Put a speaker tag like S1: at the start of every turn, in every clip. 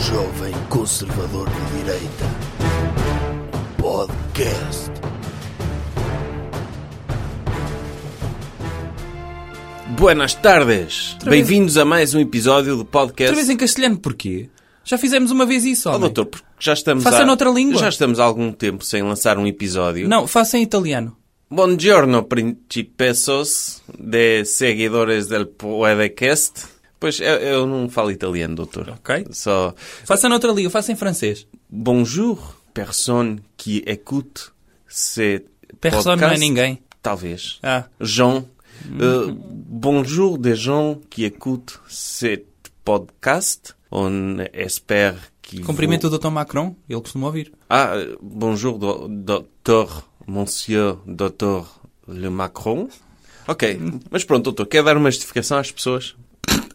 S1: jovem conservador de direita. Um podcast.
S2: Buenas tardes! Bem-vindos a mais um episódio do podcast.
S3: Outra vez em castelhano, porquê? Já fizemos uma vez isso,
S2: Oh,
S3: homem.
S2: doutor, porque já estamos
S3: Faça
S2: há-
S3: noutra língua.
S2: Já estamos há algum tempo sem lançar um episódio.
S3: Não, faça em italiano.
S2: Buongiorno, principesos de seguidores del podcast. Pois, eu, eu não falo italiano, doutor.
S3: Ok.
S2: Só
S3: Faça noutra língua, faça em francês.
S2: bonjour, personne qui écoute ce
S3: Personne
S2: podcast.
S3: não é ninguém.
S2: Talvez.
S3: Ah, Hum.
S2: Jean. Euh, bonjour des gens qui écoutent cet podcast. On espère qu'ils
S3: cumprimento
S2: vont-
S3: o Dr. Macron, ele costuma ouvir.
S2: Ah, euh, bonjour do- docteur, monsieur, doutor le Macron. Ok, mas pronto, doutor, quer dar uma justificação às pessoas?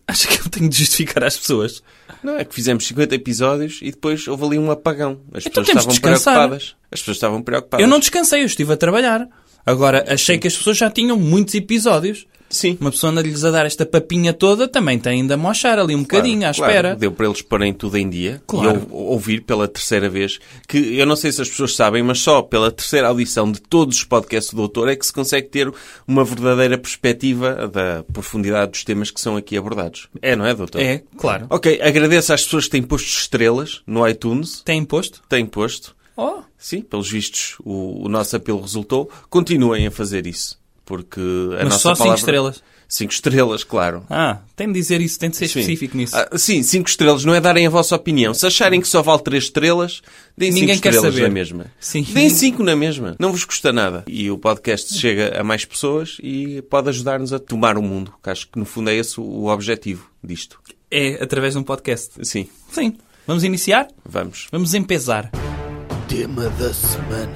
S3: Acho que eu tenho de justificar às pessoas.
S2: Não, é que fizemos 50 episódios e depois houve ali um apagão. As
S3: Então
S2: pessoas
S3: temos
S2: estavam
S3: de descansar.
S2: preocupadas. As pessoas estavam preocupadas.
S3: Eu não descansei, eu estive a trabalhar. Agora, achei que as pessoas já tinham muitos episódios.
S2: Sim.
S3: Uma pessoa anda-lhes a dar esta papinha toda, também tem de amochar ali um bocadinho à
S2: Claro,
S3: espera.
S2: Deu para eles porem tudo em dia
S3: Claro.
S2: e ou- ouvir pela terceira vez. Que eu não sei se as pessoas sabem, mas só pela terceira audição de todos os podcasts do Doutor é que se consegue ter uma verdadeira perspectiva da profundidade dos temas que são aqui abordados. É, não é, Doutor?
S3: É, claro.
S2: Ok, agradeço às pessoas que têm posto estrelas no iTunes.
S3: Tem imposto?
S2: Têm posto.
S3: Oh,
S2: Sim, pelos vistos o, o nosso apelo resultou. Continuem a fazer isso. Porque a
S3: mas
S2: nossa
S3: só cinco
S2: palavra...
S3: estrelas.
S2: Cinco estrelas, claro.
S3: Ah, tem de dizer isso, tem de ser específico nisso.
S2: Ah, sim, cinco estrelas. Não é darem a vossa opinião. Se acharem que só vale três estrelas, deem cinco
S3: Ninguém quer
S2: estrelas
S3: saber.
S2: na mesma.
S3: Sim.
S2: Deem cinco na mesma. Não vos custa nada. E o podcast chega a mais pessoas e pode ajudar-nos a tomar o mundo. Que acho que, no fundo, é esse o- o objetivo disto.
S3: É através de um podcast.
S2: Sim,
S3: Sim. Vamos iniciar?
S2: vamos.
S3: Vamos empezar.
S1: Tema da semana.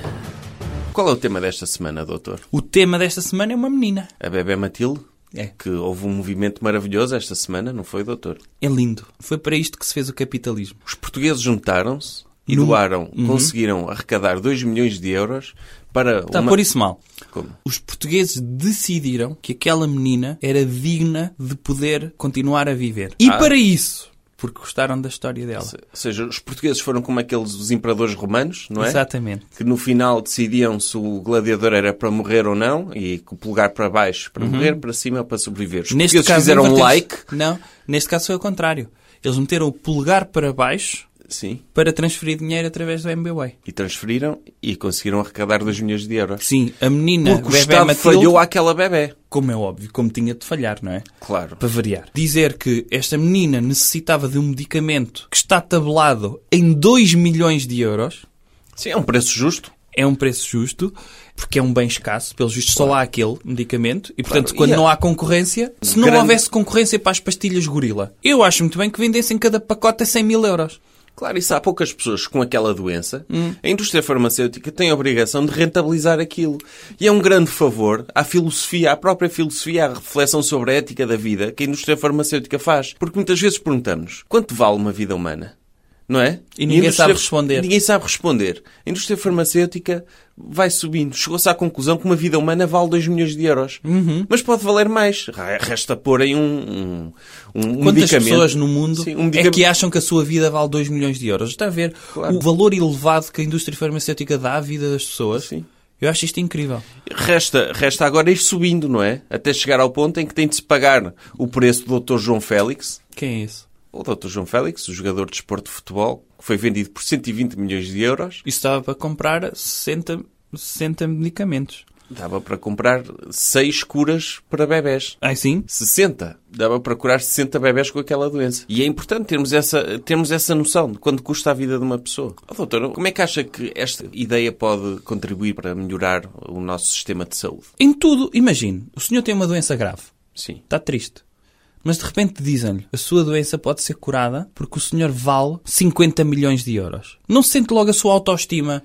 S2: Qual é o tema desta semana, doutor?
S3: O tema desta semana é uma menina.
S2: A Bebé Matilde?
S3: É.
S2: Que houve um movimento maravilhoso esta semana, não foi, doutor?
S3: É lindo. Foi para isto que se fez o capitalismo.
S2: Os portugueses juntaram-se e
S3: Num- Uhum.
S2: doaram, conseguiram arrecadar 2 milhões de euros para
S3: Está
S2: uma...
S3: a pôr isso mal.
S2: Como?
S3: Os portugueses decidiram que aquela menina era digna de poder continuar a viver. E
S2: Ah.
S3: para isso, porque gostaram da história dela.
S2: Ou seja, os portugueses foram como aqueles os imperadores romanos, não é?
S3: Exatamente.
S2: Que no final decidiam se o gladiador era para morrer ou não, e com o polegar para baixo para morrer, para cima para sobreviver. Os portugueses fizeram um like.
S3: invertemos- Uhum. Não, neste caso foi ao contrário. Eles meteram o polegar para baixo
S2: Sim.
S3: para transferir dinheiro através do MBWay.
S2: E transferiram e conseguiram arrecadar 2 milhões de euros.
S3: Sim, a menina
S2: Porque o
S3: Bebé
S2: Estado
S3: Matilde,
S2: falhou àquela bebé.
S3: como é óbvio, como tinha de falhar, não é?
S2: Claro.
S3: para variar. Dizer que esta menina necessitava de um medicamento que está tabelado em 2 milhões de euros
S2: Sim, é um preço justo.
S3: é um preço justo, porque é um bem escasso, pelos vistos só há aquele medicamento, e portanto
S2: E
S3: quando
S2: é-
S3: não há concorrência, se não
S2: Grande-
S3: houvesse concorrência para as pastilhas gorila, eu acho muito bem que vendessem cada pacote a 100 mil euros.
S2: Claro, isso há poucas pessoas com aquela doença. A indústria farmacêutica tem a obrigação de rentabilizar aquilo. E é um grande favor à filosofia, à própria filosofia, à reflexão sobre a ética da vida que a indústria farmacêutica faz. Porque muitas vezes perguntamos quanto vale uma vida humana? Não é?
S3: E ninguém
S2: a indústria-
S3: sabe responder.
S2: Ninguém sabe responder. A indústria farmacêutica vai subindo. Chegou-se à conclusão que uma vida humana vale 2 milhões de euros.
S3: Uhum.
S2: Mas pode valer mais. Resta pôr aí um, um, um
S3: Quantas
S2: medicamento.
S3: pessoas no mundo
S2: Sim, um
S3: é
S2: medicamento-
S3: que acham que a sua vida vale 2 milhões de euros? Está a ver
S2: Claro.
S3: o valor elevado que a indústria farmacêutica dá à vida das pessoas?
S2: Sim.
S3: Eu acho isto incrível.
S2: Resta, resta agora ir subindo, não é? Até chegar ao ponto em que tem de se pagar o preço do Dr. João Félix.
S3: Quem é isso?
S2: O Dr. João Félix, o jogador de esporte de futebol, que foi vendido por 120 milhões de euros,
S3: Isso estava para comprar 60, 60 medicamentos.
S2: dava para comprar 6 curas para bebés.
S3: Ah, sim?
S2: 60. Dava para curar 60 bebés com aquela doença. E é importante termos essa, termos essa noção de quanto custa a vida de uma pessoa. Oh, doutor, como é que acha que esta ideia pode contribuir para melhorar o nosso sistema de saúde?
S3: Em tudo, imagine, o senhor tem uma doença grave,
S2: Sim.
S3: está triste. Mas de repente dizem-lhe, a sua doença pode ser curada porque o senhor vale 50 milhões de euros. Não se sente logo a sua autoestima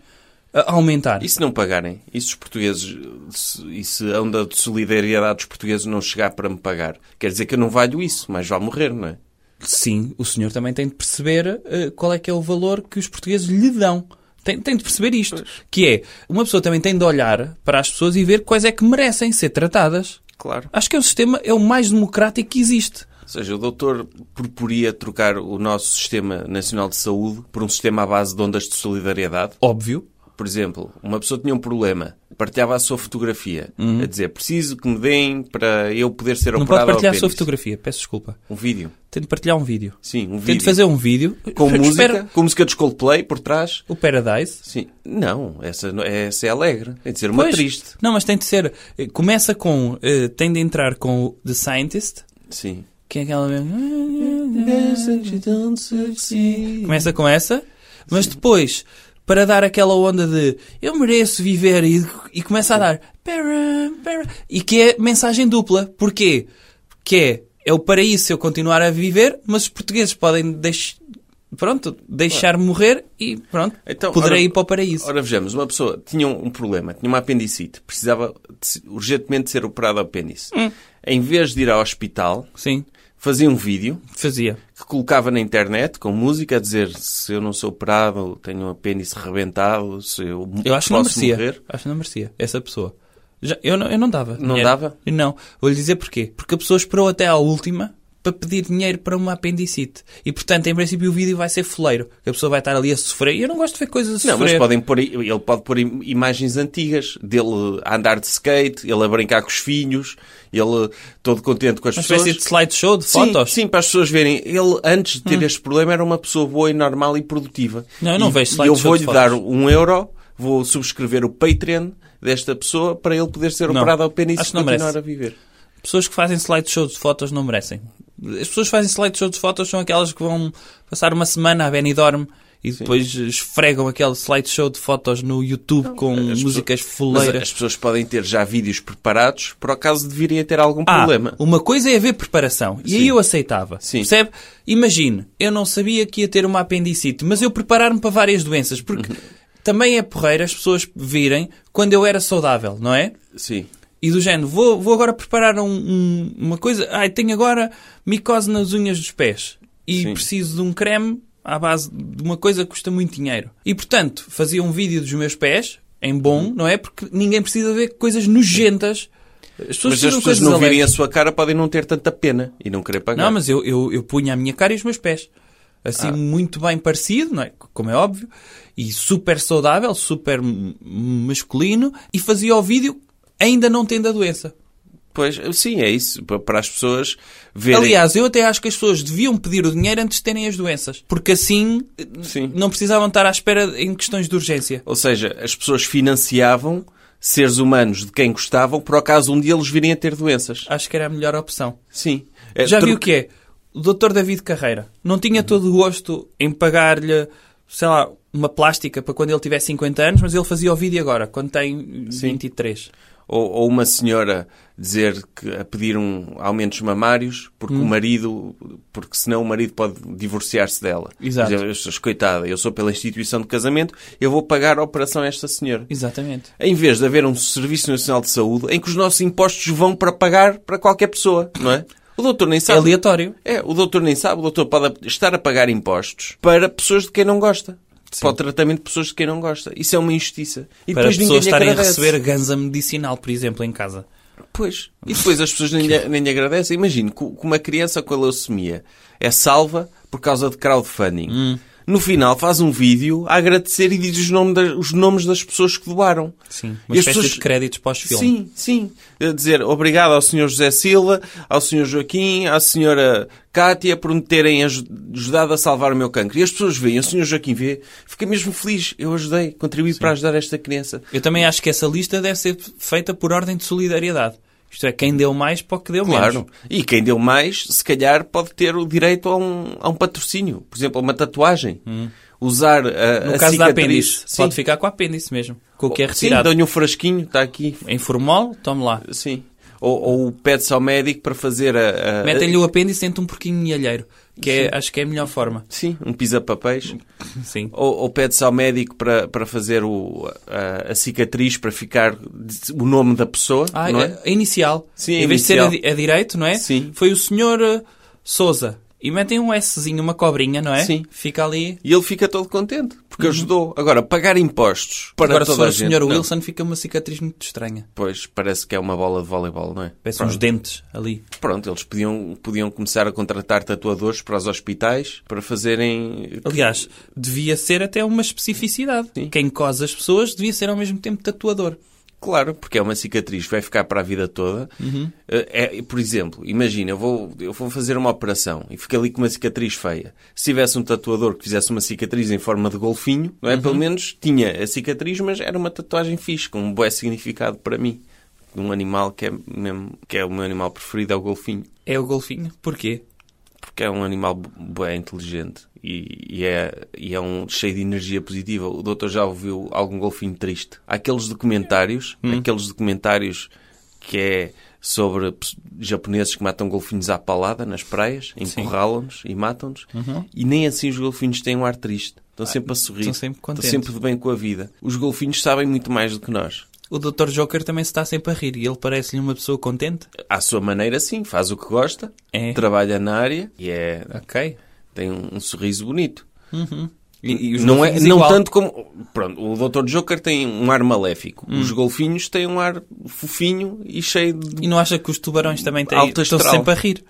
S3: a aumentar.
S2: E se não pagarem? E se os portugueses, se- e se a onda de solidariedade dos portugueses não chegar para me pagar? Quer dizer que eu não valho isso, mas vale morrer, não é?
S3: Sim, o senhor também tem de perceber eh, qual é que é o valor que os portugueses lhe dão. Tem, tem de perceber isto. Que é, uma pessoa também tem de olhar para as pessoas e ver quais é que merecem ser tratadas.
S2: Claro.
S3: Acho que é o sistema é o mais democrático que existe.
S2: Ou seja, o doutor proporia trocar o nosso Sistema Nacional de Saúde por um sistema à base de ondas de solidariedade.
S3: Óbvio.
S2: Por exemplo, uma pessoa tinha um problema, partilhava a sua fotografia, a dizer, preciso que me deem para eu poder ser
S3: Uhum. Não pode
S2: operado ao
S3: partilhar a sua
S2: pênis."
S3: fotografia, peço desculpa.
S2: Um vídeo.
S3: Tenho de partilhar um vídeo.
S2: Sim, um
S3: Tenho
S2: vídeo.
S3: de fazer um vídeo.
S2: Com
S3: Espera-
S2: música, com música dos Coldplay por trás.
S3: O Paradise.
S2: Sim. Não, essa, não- essa é alegre. Tem de ser uma
S3: Pois.
S2: triste.
S3: Não, mas tem de ser. eh, Começa com. eh, tem de entrar com o The Scientist,
S2: Sim.
S3: que é aquela. Começa com essa, mas depois, para dar aquela onda de eu mereço viver e, e começa a dar para, para, e que é mensagem dupla. Porquê? Que é, é o paraíso se eu continuar a viver, mas os portugueses podem deix, pronto, deixar me morrer e pronto,
S2: Então,
S3: poderei
S2: ora-
S3: ir para o paraíso.
S2: Ora, vejamos, uma pessoa tinha um um problema, tinha uma apendicite, precisava de se- urgentemente ser operada ao pênis.
S3: Hum.
S2: Em vez de ir ao hospital,
S3: Sim,
S2: fazia um vídeo
S3: fazia.
S2: que colocava na internet com música a dizer se eu não sou operado, tenho um apêndice rebentado, se eu, m-
S3: Eu acho que não
S2: posso
S3: merecia.
S2: morrer.
S3: Acho que não merecia essa pessoa. Já- eu, não, eu não dava.
S2: Não
S3: dinheiro.
S2: dava?
S3: Não. Vou-lhe dizer porquê. Porque a pessoa esperou até à última para pedir dinheiro para uma apendicite. E, portanto, em princípio, o vídeo vai ser foleiro. Que a pessoa vai estar ali a sofrer. E eu não gosto de ver coisas a sofrer.
S2: Não, mas podem pôr, i- ele pode pôr im- imagens antigas dele a andar de skate, ele a brincar com os filhos, ele todo contente com as
S3: Uma
S2: pessoas.
S3: espécie de slideshow de
S2: Sim,
S3: fotos. Hum.
S2: Sim, para as pessoas verem. Ele, antes de ter este problema, era uma pessoa boa e normal e produtiva.
S3: Não, eu não
S2: e, E
S3: vejo
S2: eu
S3: slideshow
S2: vou-lhe
S3: de
S2: dar
S3: fotos.
S2: um euro, vou subscrever o Patreon desta pessoa para ele poder ser
S3: Não.
S2: operado ao pênis
S3: Acho
S2: e
S3: que não
S2: continuar
S3: merece.
S2: a viver.
S3: Pessoas que fazem slideshow de fotos não merecem. As pessoas que fazem slideshow de fotos são aquelas que vão passar uma semana a Benidorm e depois esfregam aquele slideshow de fotos no YouTube com
S2: as
S3: músicas
S2: Mas
S3: foleiras.
S2: as pessoas podem ter já vídeos preparados para o caso de virem a ter algum
S3: Ah,
S2: problema.
S3: uma coisa é haver preparação. E aí eu aceitava.
S2: Sim.
S3: Percebe? Imagine, eu não sabia que ia ter uma apendicite, mas eu preparar-me para várias doenças, porque
S2: Uhum.
S3: também é porreira as pessoas virem quando eu era saudável, não é?
S2: Sim.
S3: E do género, vou, vou agora preparar um- um- uma coisa. Ai, tenho agora micose nas unhas dos pés. E
S2: Sim.
S3: preciso de um creme à base de uma coisa que custa muito dinheiro. E portanto, fazia um vídeo dos meus pés, em bom,
S2: Uhum.
S3: não é? Porque ninguém precisa ver coisas nojentas. As pessoas
S2: Mas as
S3: precisam de
S2: pessoas
S3: coisas
S2: não virem
S3: alegres.
S2: a sua cara podem não ter tanta pena e não querer pagar.
S3: Não, mas eu, eu, eu punha a minha cara e os meus pés. Assim, muito bem parecido, não é? como é óbvio, e super saudável, super m- masculino, e fazia o vídeo ainda não tendo a doença.
S2: Pois, sim, é isso. Pa- Para as pessoas verem.
S3: Aliás, eu até acho que as pessoas deviam pedir o dinheiro antes de terem as doenças, porque assim eh,
S2: Sim.
S3: não precisavam estar à espera em questões de urgência.
S2: Ou seja, as pessoas financiavam seres humanos de quem gostavam por acaso um dia eles virem a ter doenças.
S3: Acho que era a melhor opção.
S2: Sim. É,
S3: Ah, Já
S2: tro-
S3: viu o que é? O Dr. David Carreira não tinha todo o gosto em pagar-lhe, sei lá, uma plástica para quando ele tiver 50 anos, mas ele fazia o vídeo agora, quando tem 23.
S2: Ou, ou uma senhora dizer que a pedir um aumentos mamários
S3: Hum.
S2: porque o marido, porque senão o marido pode divorciar-se dela.
S3: Exato.
S2: Dizer, "Eu sou- coitada, eu sou pela instituição de casamento, eu vou pagar a operação a esta senhora.
S3: Exatamente.
S2: Em vez de haver um Serviço Nacional de Saúde em que os nossos impostos vão para pagar para qualquer pessoa, não é? O doutor nem
S3: É
S2: sabe.
S3: aleatório.
S2: É, o doutor nem sabe, o doutor pode estar a pagar impostos para pessoas de quem não gosta. Para o tratamento de pessoas de quem não gosta. Isso é uma injustiça. E
S3: Para as
S2: depois ninguém
S3: pessoas
S2: lhe
S3: estarem a
S2: agradece.
S3: receber ganza medicinal, por exemplo, em casa.
S2: Pois. E depois as pessoas nem lhe, nem lhe agradecem. Imagino que uma criança com a leucemia é salva por causa de crowdfunding.
S3: Hum.
S2: No final faz um vídeo a agradecer e diz os, nome das- os nomes das pessoas que doaram.
S3: Sim.
S2: E
S3: Uma
S2: as
S3: espécie
S2: pessoas-
S3: de créditos pós-filme.
S2: Sim, sim. A dizer obrigado ao Sr. José Silva, ao Sr. Joaquim, à Sra. Cátia por me terem aju- ajudado a salvar o meu cancro. E as pessoas veem, o Sr. Joaquim vê, fica mesmo feliz. Eu ajudei, contribuí para ajudar esta criança.
S3: Eu também acho que essa lista deve ser feita por ordem de solidariedade. Isto é, quem deu mais para o que deu menos.
S2: Claro. E quem deu mais, se calhar, pode ter o direito a um, a um patrocínio. Por exemplo, a uma tatuagem. Usar a,
S3: Hum. No
S2: a
S3: caso da
S2: cicatriz.
S3: apêndice,
S2: Sim.
S3: pode ficar com a apêndice mesmo. Com o que é
S2: Sim,
S3: retirado.
S2: dão-lhe um frasquinho, está aqui.
S3: Em formol, tome lá.
S2: Sim. Ou, ou pede-se ao médico para fazer a... a-
S3: Metem-lhe o apêndice dentro de um porquinho de alheiro. Que é, acho que é a melhor forma.
S2: Sim, um pisa-papéis.
S3: Sim.
S2: Ou, ou pede-se ao médico para, para fazer o, a, a cicatriz, para ficar de- o nome da pessoa,
S3: Ah,
S2: não é?
S3: a- a inicial.
S2: Sim, a
S3: em vez
S2: inicial.
S3: de ser a, di- a direito, não é?
S2: Sim.
S3: Foi o senhor eh, Sousa. E metem um Szinho, uma cobrinha, não é?
S2: Sim.
S3: Fica ali.
S2: E ele fica todo contente. Porque ajudou. Agora, pagar impostos para
S3: Uhum. Agora, se
S2: toda
S3: for
S2: a
S3: o
S2: gente...
S3: Sr.
S2: não.
S3: Wilson, fica uma cicatriz muito estranha.
S2: Pois, parece que é uma bola de voleibol, não é?
S3: Parece uns dentes ali.
S2: Pronto, eles podiam, podiam começar a contratar tatuadores para os hospitais para fazerem...
S3: Aliás, devia ser até uma especificidade.
S2: Sim.
S3: Quem cose as pessoas devia ser ao mesmo tempo tatuador.
S2: Claro, porque é uma cicatriz, vai ficar para a vida toda. É, é, por exemplo, imagina, eu vou, eu vou fazer uma operação e fico ali com uma cicatriz feia. Se tivesse um tatuador que fizesse uma cicatriz em forma de golfinho, não é? pelo menos tinha a cicatriz, mas era uma tatuagem fixe, com um bom significado para mim. De Um animal que é, mesmo, que é o meu animal preferido é o golfinho.
S3: É o golfinho. Porquê?
S2: porque é um animal bem inteligente e, e é, e é um cheio de energia positiva. O doutor já ouviu algum golfinho triste? Há aqueles documentários,
S3: Hum.
S2: aqueles documentários que é sobre pes- japoneses que matam golfinhos à palada nas praias, encurralam-nos e matam-nos, e nem assim os golfinhos têm um ar triste. Estão sempre a sorrir.
S3: Uhum. Ah, estão sempre contentes.
S2: sempre de bem com a vida. Os golfinhos sabem muito mais do que nós.
S3: O Dr. Joker também se está sempre a rir e ele parece-lhe uma pessoa contente.
S2: À sua maneira, sim. Faz o que gosta,
S3: É.
S2: trabalha na área e é,
S3: Ok.
S2: tem um- um sorriso bonito.
S3: Uhum. E, e os
S2: não é
S3: golfinhos
S2: não
S3: igual.
S2: tanto como pronto o Dr Joker tem um ar maléfico
S3: Hum.
S2: os golfinhos têm um ar fofinho e cheio de
S3: E não acha que os tubarões também têm...
S2: Alto
S3: estão
S2: astral.
S3: sempre a rir.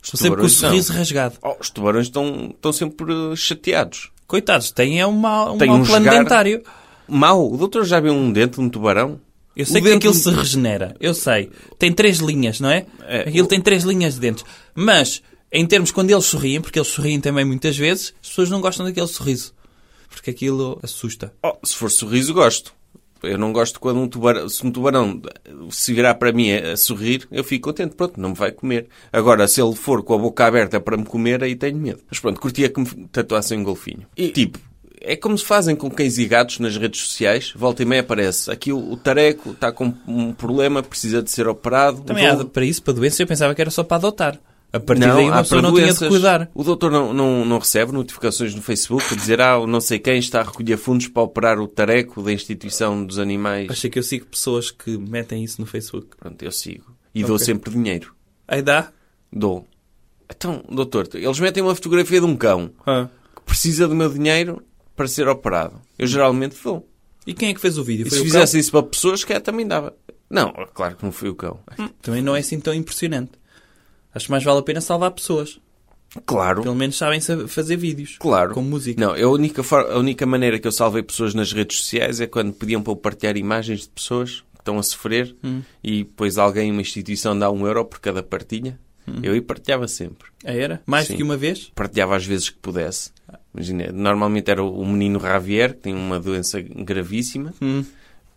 S3: Estão sempre com o
S2: tubarões
S3: sorriso
S2: não.
S3: rasgado.
S2: Oh, os tubarões estão estão sempre eh, chateados
S3: Coitados, têm é um mau, um
S2: Tem
S3: mau
S2: um
S3: plano
S2: jogar.
S3: dentário.
S2: mal o doutor já viu um dente de um tubarão
S3: Eu sei
S2: O
S3: que
S2: dente-
S3: aquilo se regenera. Eu sei. Tem três linhas, não é?
S2: É,
S3: aquilo
S2: o-
S3: tem três linhas de dentes. Mas, em termos, quando eles sorriem, porque eles sorriem também muitas vezes, as pessoas não gostam daquele sorriso. Porque aquilo assusta.
S2: Oh, se for sorriso gosto eu não gosto quando um tubarão se um tubarão eh, se virar para mim a, a sorrir eu fico contente pronto não me vai comer agora se ele for com a boca aberta para me comer aí tenho medo mas pronto curtia que me tatuassem um golfinho e tipo É como se fazem com cães e gatos nas redes sociais. Volta e meia aparece. Aqui o, o tareco está com um problema, precisa de ser operado.
S3: Também
S2: Vou-
S3: há de- para isso, para doenças, eu pensava que era só para adotar. A partir
S2: Não,
S3: daí
S2: há
S3: uma pessoa
S2: para
S3: não tinha de
S2: doenças.
S3: cuidar.
S2: O doutor não, não, não recebe notificações no Facebook a dizer ah, o não sei quem está a recolher fundos para operar o tareco da instituição dos animais.
S3: Achei que eu sigo pessoas que metem isso no Facebook.
S2: Pronto, eu sigo. E dou
S3: Ok.
S2: sempre dinheiro.
S3: Aí dá?
S2: Dou. Então, doutor, eles metem uma fotografia de um cão
S3: Ah.
S2: que precisa do meu dinheiro para ser operado. Eu geralmente dou.
S3: E quem é que fez o vídeo?
S2: E
S3: Foi
S2: se
S3: o
S2: fizesse isso para pessoas, que também dava. Não, claro que não foi o cão.
S3: cão? Também não é assim tão impressionante. Acho que mais vale a pena salvar pessoas.
S2: Claro.
S3: Pelo menos sabem sa- fazer vídeos.
S2: Claro.
S3: Com música.
S2: Não, eu a, única for- a única maneira que eu salvei pessoas nas redes sociais é quando pediam para eu partilhar imagens de pessoas que estão a sofrer
S3: Hum.
S2: e depois alguém, uma instituição, dá um euro por cada partilha.
S3: Hum.
S2: Eu aí partilhava sempre.
S3: Ah, Era? Mais
S2: Sim.
S3: do que uma vez?
S2: Partilhava às vezes que pudesse. Imagina, normalmente era o menino Javier, que tem uma doença gravíssima.
S3: Hum.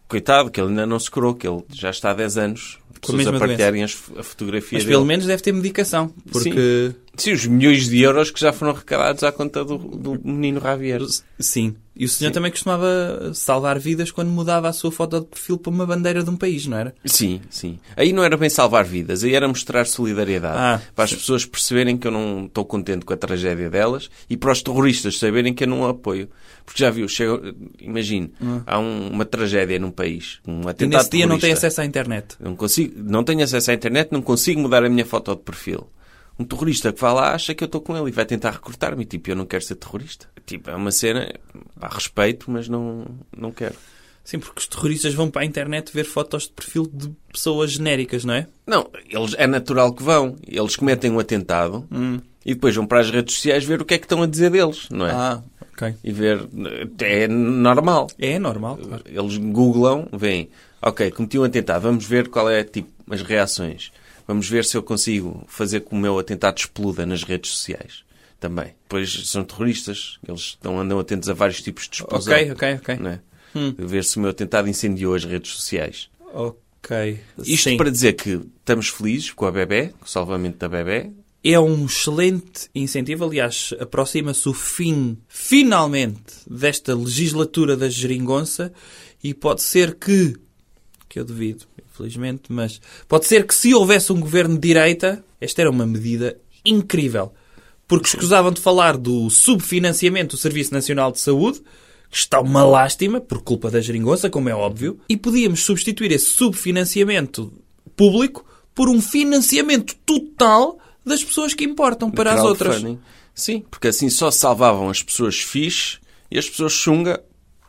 S2: Coitado, que ele ainda não se curou, que ele já está há 10 anos. Pessoas
S3: mesma
S2: a partilharem as, f- a fotografia
S3: Mas
S2: dele.
S3: pelo menos deve ter medicação. Porque.
S2: Sim, os milhões de euros que já foram arrecadados à conta do, do menino Javier.
S3: Sim. E o senhor também costumava salvar vidas quando mudava a sua foto de perfil para uma bandeira de um país, não era?
S2: Sim, sim. Aí não era bem salvar vidas, aí era mostrar solidariedade.
S3: Ah,
S2: para as pessoas perceberem que eu não estou contente com a tragédia delas e para os terroristas saberem que eu não apoio. Porque já viu, chega, imagino, há um- uma tragédia num país, um
S3: E
S2: atentado
S3: Ah. nesse dia não tem
S2: terrorista.
S3: acesso à internet.
S2: Não, consigo, não tenho acesso à internet, não consigo mudar a minha foto de perfil. Um terrorista que vai lá acha que eu estou com ele e vai tentar recrutar-me. Tipo, eu não quero ser terrorista. Tipo, é uma cena, pá, respeito, mas não, não quero.
S3: Sim, porque os terroristas vão para a internet ver fotos de perfil de pessoas genéricas, não é?
S2: Não, eles, é natural que vão. Eles cometem um atentado
S3: Hum.
S2: e depois vão para as redes sociais ver o que é que estão a dizer deles, não é?
S3: Ah, ok.
S2: E ver, é normal.
S3: É normal, claro.
S2: Eles googlam, veem, ok, cometi um atentado, vamos ver qual é tipo, as reações. Vamos ver se eu consigo fazer com que o meu atentado exploda nas redes sociais também. Pois são terroristas, eles estão, andam atentos a vários tipos de explosão.
S3: Ok, ok, ok. Hum.
S2: não é? Ver se o meu atentado incendiou as redes sociais.
S3: Ok.
S2: Isto
S3: Sim.
S2: para dizer que estamos felizes com a bebé, com o salvamento da bebé.
S3: É um excelente incentivo. Aliás, aproxima-se o fim, finalmente, desta legislatura da geringonça e pode ser que, que eu devido, infelizmente, mas pode ser que se houvesse um governo de direita, esta era uma medida incrível. Porque escusavam de falar do subfinanciamento do Serviço Nacional de Saúde, que está uma lástima, por culpa da geringonça, como é óbvio, e podíamos substituir esse subfinanciamento público por um financiamento total das pessoas que importam para as outras.
S2: crowdfunding. Sim, porque assim só salvavam as pessoas fixe E as pessoas chunga,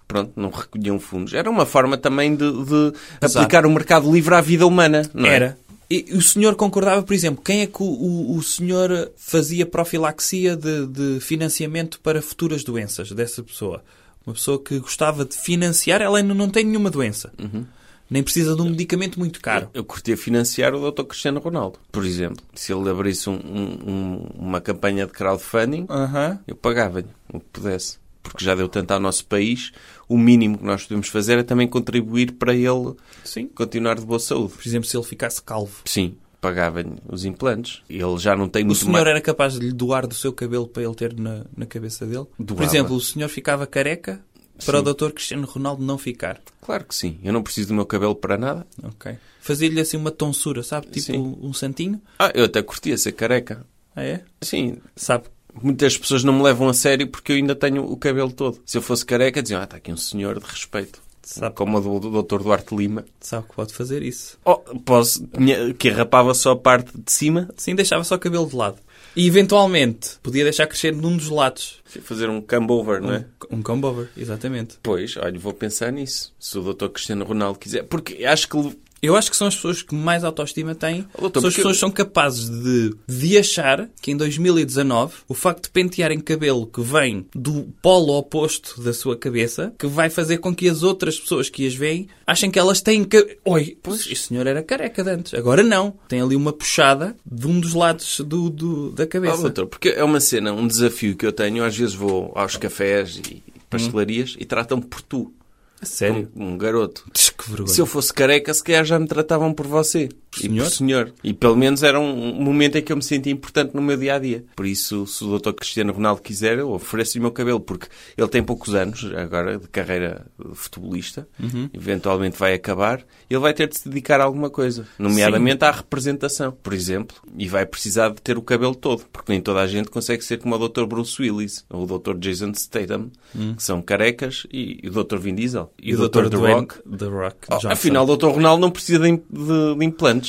S2: pronto, não recolhiam fundos. Era uma forma também de, de aplicar o mercado livre à vida humana, não é?
S3: Era. E o senhor concordava, por exemplo, quem é que o, o, o senhor fazia profilaxia de, de financiamento para futuras doenças dessa pessoa? Uma pessoa que gostava de financiar, ela ainda não tem nenhuma doença.
S2: Uhum.
S3: Nem precisa de um medicamento muito caro.
S2: Eu curtia financiar o Dr. Cristiano Ronaldo, por exemplo. Se ele abrisse um- um- um- uma campanha de crowdfunding,
S3: Aham.
S2: eu pagava-lhe o que pudesse. Porque já deu tanto ao nosso país, o mínimo que nós podemos fazer é também contribuir para ele
S3: Sim.
S2: continuar de boa saúde.
S3: Por exemplo, se ele ficasse calvo.
S2: Sim, pagava-lhe os implantes. Ele já não tem
S3: O
S2: muito
S3: senhor
S2: mais.
S3: era capaz de lhe doar do seu cabelo para ele ter na, na cabeça dele? Por
S2: Doava.
S3: exemplo, o senhor ficava careca para o Dr. Cristiano Ronaldo não ficar.
S2: Claro que sim. Eu não preciso do meu cabelo para nada.
S3: Ok. Fazia-lhe assim uma tonsura, sabe? Tipo
S2: Sim.
S3: um santinho.
S2: Ah, eu até curtia ser careca.
S3: Ah, é?
S2: Sim,
S3: Sabe?
S2: muitas pessoas não me levam a sério porque eu ainda tenho o cabelo todo. Se eu fosse careca, diziam, ah, está aqui um senhor de respeito.
S3: Sabe,
S2: Como o do Dr. Duarte Lima.
S3: sabe que pode fazer isso.
S2: Oh, posso, tinha- que rapava só a parte de cima.
S3: Sim, deixava só o cabelo de lado. E eventualmente podia deixar crescer num dos lados.
S2: Fazer um cambover, não é?
S3: Um, um comb over, exatamente.
S2: Pois, olha, vou pensar nisso. Se o Dr. Cristiano Ronaldo quiser. Porque acho que ele-
S3: Eu acho que são as pessoas que mais autoestima têm.
S2: Oh, doutor,
S3: são as
S2: porque-
S3: pessoas que são capazes de, de achar que em 2019 o facto de pentearem cabelo que vem do polo oposto da sua cabeça que vai fazer com que as outras pessoas que as veem achem que elas têm que. Oi, pois o senhor era careca de antes. Agora não. Tem ali uma puxada de um dos lados do, do- da
S2: Ah,
S3: cabeça.
S2: doutor, porque é uma cena, um desafio que eu tenho. Às vezes vou aos cafés e pastelarias e tratam-me por tu.
S3: A sério?
S2: Como um garoto.
S3: Que vergonha.
S2: Se eu fosse careca, se calhar já me tratavam por você. E
S3: senhor?
S2: por senhor. E pelo menos era um um momento em que eu me sentia importante no meu dia a dia. Por isso, se o Dr. Cristiano Ronaldo quiser, eu ofereço-lhe o meu cabelo, porque ele tem poucos anos agora de carreira de futebolista, eventualmente vai acabar, ele vai ter de se dedicar a alguma coisa, nomeadamente à representação, por exemplo, e vai precisar de ter o cabelo todo, porque nem toda a gente consegue ser como o Dr. Bruce Willis ou o Dr. Jason Statham, que são carecas, e, e o Dr. Vin Diesel e o Dr. The
S3: Dwayne-
S2: Rock.
S3: The Rock
S2: Oh,
S3: Johnson.
S2: afinal, o Dr. Ronaldo não precisa de, im- de- de implantes.